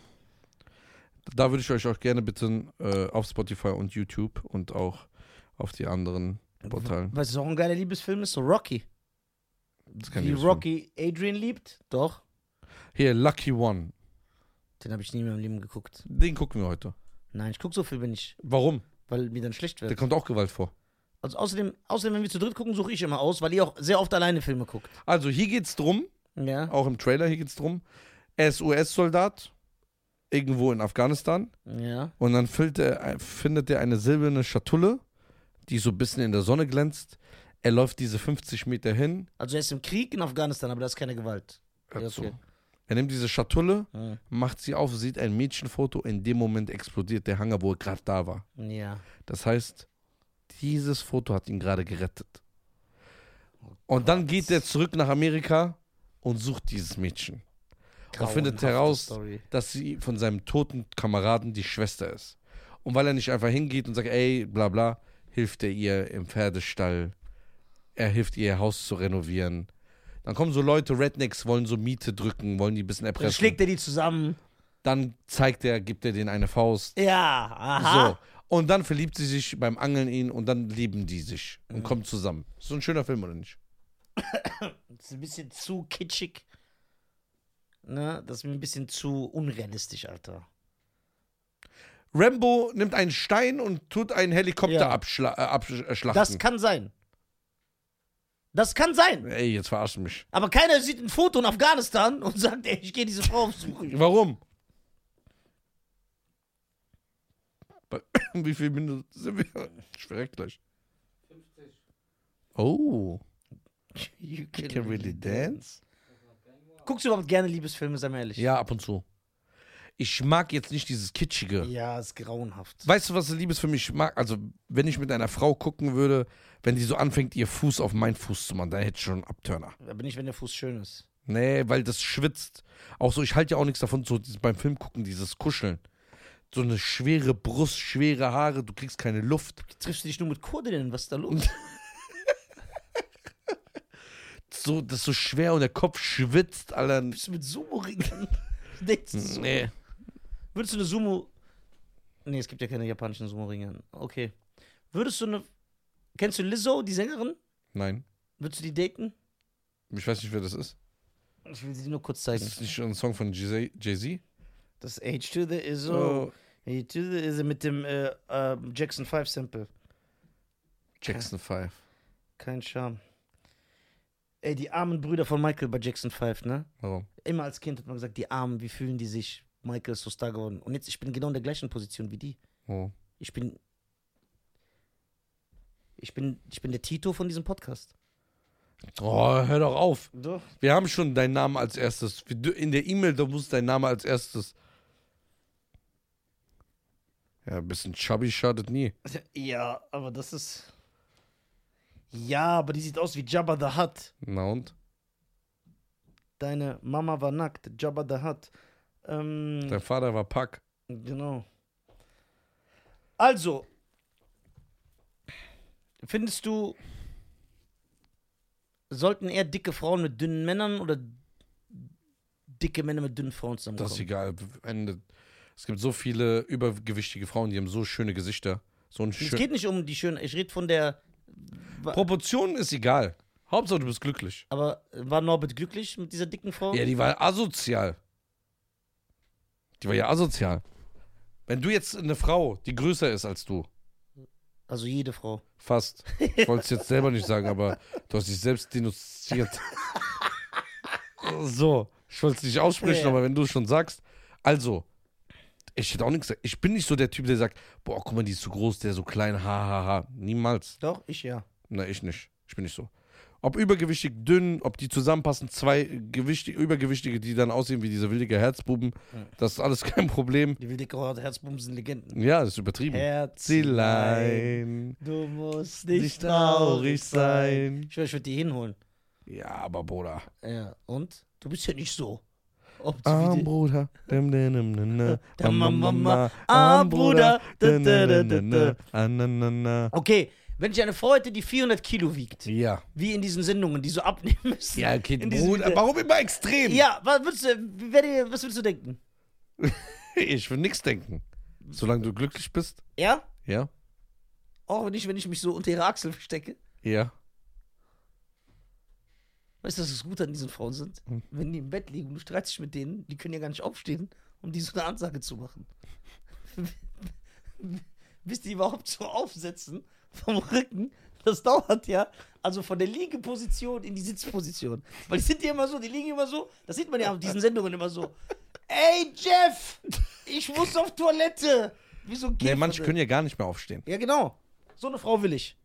Da würde ich euch auch gerne bitten, äh, auf Spotify und YouTube und auch auf die anderen Portalen. Weißt du, was auch ein geiler Liebesfilm ist? So Rocky. Das ist kein Wie Liebesfilm. Rocky Adrian liebt. Doch. Hier, Lucky One. Den habe ich nie in meinem Leben geguckt. Den gucken wir heute. Nein, ich gucke so viel, wenn ich, Warum? weil mir dann schlecht Der wird. kommt auch Gewalt vor. Also außerdem, außerdem, wenn wir zu dritt gucken, suche ich immer aus, weil ihr auch sehr oft alleine Filme guckt. Also hier geht's drum, Ja. auch im Trailer hier geht's drum. Er ist US-Soldat irgendwo in Afghanistan Ja. und dann findet er, äh, findet er eine silberne Schatulle, die so ein bisschen in der Sonne glänzt. Er läuft diese 50 Meter hin. Also er ist im Krieg in Afghanistan, aber da ist keine Gewalt. Hör Ja, zu. okay. Er nimmt diese Schatulle, Mhm. macht sie auf, sieht ein Mädchenfoto. In dem Moment explodiert der Hangar, wo er gerade da war. Ja. Das heißt, dieses Foto hat ihn gerade gerettet. Oh Und dann geht er zurück nach Amerika und sucht dieses Mädchen. Und findet Grauenhafte heraus, Story. dass sie von seinem toten Kameraden die Schwester ist. Und weil er nicht einfach hingeht und sagt, ey, bla bla, hilft er ihr im Pferdestall. Er hilft ihr, ihr Haus zu renovieren. Dann kommen so Leute, Rednecks, wollen so Miete drücken, wollen die ein bisschen Dann erpressen. schlägt er die zusammen. Dann zeigt er, gibt er denen eine Faust. Ja, aha. So. Und dann verliebt sie sich beim Angeln ihn und dann lieben die sich Mhm. und kommen zusammen. Ist so ein schöner Film, oder nicht? Das ist ein bisschen zu kitschig. Ne? Das ist mir ein bisschen zu unrealistisch, Alter. Rambo nimmt einen Stein und tut einen Helikopter Ja. abschla äh, abschlachten. Das kann sein. Das kann sein. Ey, jetzt verarsch mich. Aber keiner sieht ein Foto in Afghanistan und sagt, ey, ich gehe diese Frau aufsuchen. Warum? Bei- Wie viel Minuten sind wir? Ich verreck gleich. 50. Oh, you You can really dance? Guckst du überhaupt gerne Liebesfilme, sei mal ehrlich? Ja, ab und zu. Ich mag jetzt nicht dieses Kitschige. Ja, ist grauenhaft. Weißt du, was Liebes für mich mag? Also, wenn ich mit einer Frau gucken würde, wenn die so anfängt, ihr Fuß auf meinen Fuß zu machen, dann hätte ich schon einen Abturner. Da bin ich, wenn der Fuß schön ist. Nee, weil das schwitzt. Auch so, ich halte ja auch nichts davon, so dieses- beim Film gucken, dieses Kuscheln. So eine schwere Brust, schwere Haare, du kriegst keine Luft. Triffst du dich nur mit Kurdinnen? Was ist da los? So, das ist so schwer und der Kopf schwitzt, Alter. Bist du mit Sumo-Ringen? Denkst du so? Nee. Würdest du eine Sumo. Nee, es gibt ja keine japanischen Sumo-Ringe. Okay. Würdest du eine. Kennst du Lizzo, die Sängerin? Nein. Würdest du die daten? Ich weiß nicht, wer das ist. Ich will sie dir nur kurz Ist zeigen. das nicht schon ein Song von Jay- Jay-Z? Oh, Das H to the Izzo. H to the Izzo mit dem äh, äh, Jackson 5 Sample. Jackson 5. Kein Charme. Ey, die armen Brüder von Michael bei Jackson 5, ne? Warum? Immer als Kind hat man gesagt, die Armen, wie fühlen die sich? Michael ist so star geworden. Und jetzt, ich bin genau in der gleichen Position wie die. Warum? Ich bin. Ich bin, ich bin der Tito von diesem Podcast. Oh, hör doch auf. Doch. Wir haben schon deinen Namen als erstes. Wir dü- In der E-Mail, da muss dein Name als erstes. Ja, ein bisschen chubby schadet nie. Ja, aber das ist. Ja, aber die sieht aus wie Jabba the Hutt. Na und? Deine Mama war nackt. Jabba the Hutt. Ähm, Dein Vater war Pack. Genau. Also, findest du, sollten eher dicke Frauen mit dünnen Männern oder dicke Männer mit dünnen Frauen Das ist zusammenkommen? egal. Ende. Es gibt so viele übergewichtige Frauen, die haben so schöne Gesichter. So ein Es schön geht nicht um die schönen, ich rede von der, Proportionen ist egal. Hauptsache, du bist glücklich. aber war Norbert glücklich mit dieser dicken Frau? Ja, die war asozial. Die war ja asozial. Wenn du jetzt eine Frau, die größer ist als du, Also jede Frau. Fast. Ich wollte es jetzt selber nicht sagen, aber du hast dich selbst denunziert. so, ich wollte es nicht aussprechen, Ja. aber wenn du es schon sagst. Also, ich hätte auch nichts gesagt. Ich bin nicht so der Typ, der sagt, boah, guck mal, die ist so groß, der ist so klein, ha, ha, ha. Niemals. Doch, ich ja. Na, ich nicht. Ich bin nicht so. Ob übergewichtig, dünn, ob die zusammenpassen, zwei gewichtig, übergewichtige, die dann aussehen wie diese wildige Herzbuben, das ist alles kein Problem. Die will dicke Frau, Herzbuben sind Legenden. Ja, das ist übertrieben. Herzelein, du musst nicht traurig sein. Ich, schwör, ich würde die hinholen. Ja, aber Bruder. Ja, und? Du bist ja nicht so. Ob du Arm, wieder- Bruder. Dim, dim, dim, dim, dim. Da, ma, ma, ma. Arm, Arm, Bruder. Bruder. Dim, Da, da, dim, dim, da, da. dim. Ah, na, na, na. Okay, wenn ich eine Frau hätte, die 400 Kilo wiegt, Ja. wie in diesen Sendungen, die so abnehmen müssen. Ja, okay, in diesem Bruder. Video- Warum immer extrem? Ja, was würdest du, wie wär dir- was würdest du denken? Ich will nichts denken. Solange du glücklich bist. Ja? Ja. Auch nicht, wenn ich mich so unter ihre Achsel verstecke. Ja. Weißt du, was das Gute an diesen Frauen sind? Hm. Wenn die im Bett liegen und du streitest dich mit denen, die können ja gar nicht aufstehen, um dir so eine Ansage zu machen. Bis die überhaupt so aufsetzen vom Rücken, das dauert ja. Also von der Liegeposition in die Sitzposition. Weil die sind ja immer so, die liegen immer so, das sieht man ja auf diesen Sendungen immer so. Ey, Jeff, ich muss auf Toilette. Wieso geht Nee, manche können ja gar nicht mehr aufstehen. Ja, genau. So eine Frau will ich.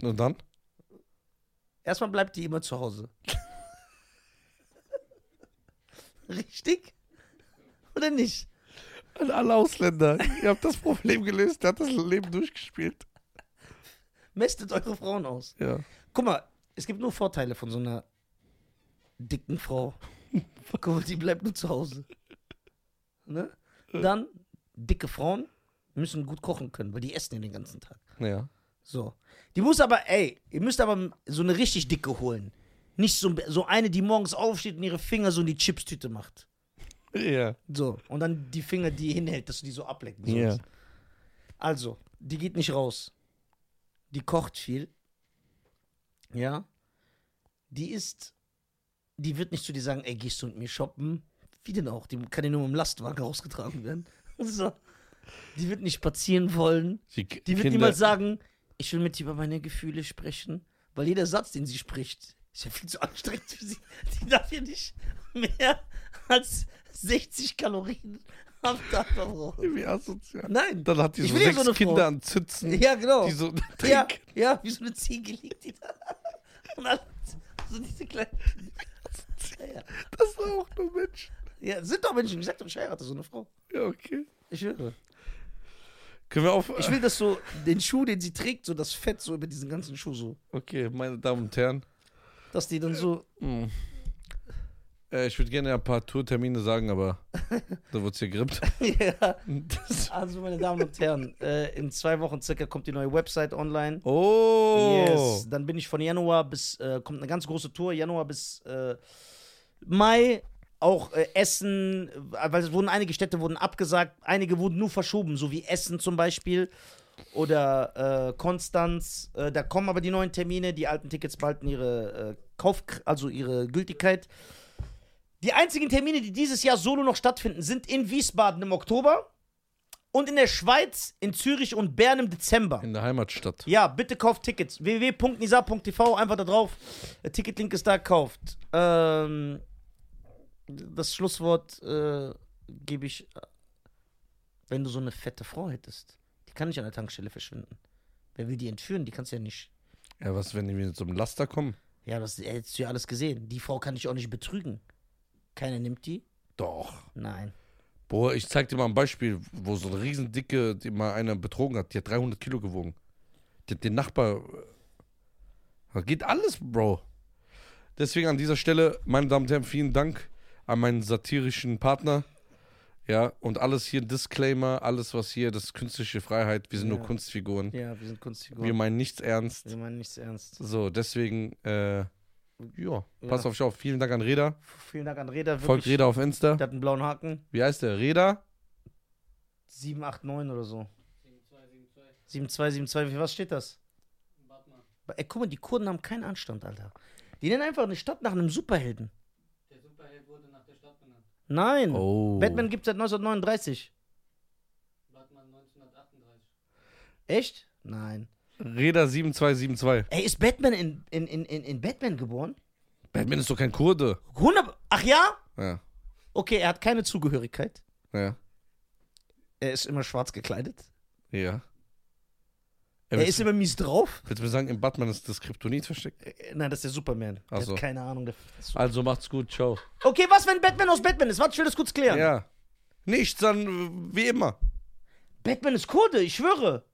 Und dann? Erstmal bleibt die immer zu Hause. Richtig? Oder nicht? An alle Ausländer. Ihr habt das Problem gelöst. Der hat das Leben durchgespielt. Mästet eure Frauen aus. Ja. Guck mal, es gibt nur Vorteile von so einer dicken Frau. Guck mal, die bleibt nur zu Hause. Ne? Dann, dicke Frauen müssen gut kochen können, weil die essen ja den ganzen Tag. Ja. So. Die muss aber, ey, ihr müsst aber so eine richtig dicke holen. Nicht so, so eine, die morgens aufsteht und ihre Finger so in die Chipstüte macht. Ja. So, und dann die Finger, die hinhält, dass du die so ablecken Ja. sollst. Also, die geht nicht raus. Die kocht viel. Ja. Die ist, die wird nicht zu dir sagen, ey, gehst du mit mir shoppen? Wie denn auch? Die kann ja nur im Lastwagen rausgetragen werden. So. Die wird nicht spazieren wollen. Die, Die wird Kinder- niemals sagen, ich will mit dir über meine Gefühle sprechen, weil jeder Satz, den sie spricht, ist ja viel zu anstrengend für sie. Die darf ja nicht mehr als 60 Kalorien am Tag verbrauchen. Wie asozial. Nein. Dann hat die Ich so will ja sechs so eine Frau. Kinder an Zitzen, Ja, genau. die so ja, trinken. ja, wie so eine Ziege liegt die da. Und alle, so diese kleinen. Ja, ja. Das war auch nur Mensch. ja, sind doch Menschen. Ich sag doch, ich heirate so eine Frau. Ja, okay. Ich schwöre. Können wir auf. Ich will, dass so den Schuh, den sie trägt, so das Fett so über diesen ganzen Schuh so. Okay, meine Damen und Herren. Dass die dann so. Hm. Äh, ich würde gerne ein paar Tourtermine sagen, aber da wird's hier gerippt. ja. Das- Also, meine Damen und Herren, äh, in zwei Wochen circa kommt die neue Website online. Oh! Yes. Dann bin ich von Januar bis, äh, kommt eine ganz große Tour, Januar bis äh, Mai. Auch äh, Essen, äh, weil es wurden einige Städte wurden abgesagt, einige wurden nur verschoben, so wie Essen zum Beispiel oder äh, Konstanz. Äh, da kommen aber die neuen Termine, die alten Tickets behalten ihre äh, Kauf, also ihre Gültigkeit. Die einzigen Termine, die dieses Jahr solo noch stattfinden, sind in Wiesbaden im Oktober und in der Schweiz, in Zürich und Bern im Dezember. In der Heimatstadt. Ja, bitte kauft Tickets. www.nisa.tv, einfach da drauf. Der Ticketlink ist da, kauft. Ähm, das Schlusswort äh, gebe ich, äh, wenn du so eine fette Frau hättest. Die kann nicht an der Tankstelle verschwinden. Wer will die entführen? Die kannst du ja nicht. Ja, was, wenn die mit so einem Laster kommen? Ja, das hättest du ja alles gesehen. Die Frau kann dich auch nicht betrügen. Keiner nimmt die? Doch. Nein. Boah, ich zeig dir mal ein Beispiel, wo so eine riesendicke, die mal einer betrogen hat. Die hat 300 Kilo gewogen. Die hat den Nachbar. Da geht alles, Bro. Deswegen an dieser Stelle, meine Damen und Herren, vielen Dank an meinen satirischen Partner. Ja, und alles hier, Disclaimer, alles, was hier, das ist künstliche Freiheit. Wir sind nur Ja. Kunstfiguren. Ja, wir sind Kunstfiguren. Wir Wir, meinen nichts ernst. meinen nichts ernst. So, deswegen, äh, ja, pass auf euch auf. Vielen Dank an Reda. Vielen Dank an Reda. Folgt wirklich. Reda auf Insta. Der hat einen blauen Haken. Wie heißt der? Reda? 789 oder so. 7272. 7272, für was steht das? Batman. Ey, guck mal, die Kurden haben keinen Anstand, Alter. Die nennen einfach eine Stadt nach einem Superhelden. Der Superheld wurde nach der Stadt benannt. Nein. Oh. Hm. Batman gibt seit 1939. Batman 1938. Echt? Nein. Reda 7272. Ey, ist Batman in, in, in, in, in Batman geboren? Batman ist doch kein Kurde. 100. Ach ja? Ja, Okay, er hat keine Zugehörigkeit. ja, Er ist immer schwarz gekleidet. ja. Ey, Er ist willst, immer mies drauf. willst du mir sagen, im Batman ist das Kryptonit versteckt? Äh, Nein, das ist der Superman. Ach Der so. hat keine Ahnung. Der Also macht's gut, ciao. okay, was, wenn Batman aus Batman ist? Warte, ich will das kurz klären. Ja. Nichts, dann äh, wie immer. Batman ist Kurde, ich schwöre.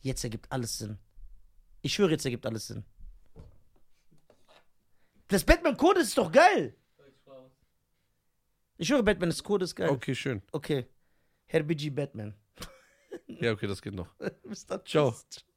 Jetzt ergibt alles Sinn. Ich schwöre, jetzt ergibt alles Sinn. Das Batman Kurde ist doch geil. Deutsch raus. Ich schwöre, Batman ist Kurde ist geil. Okay. Okay, schön. okay. Herr BG Batman. Ja, okay, das geht noch. Bis dann. Ciao. Tschüss.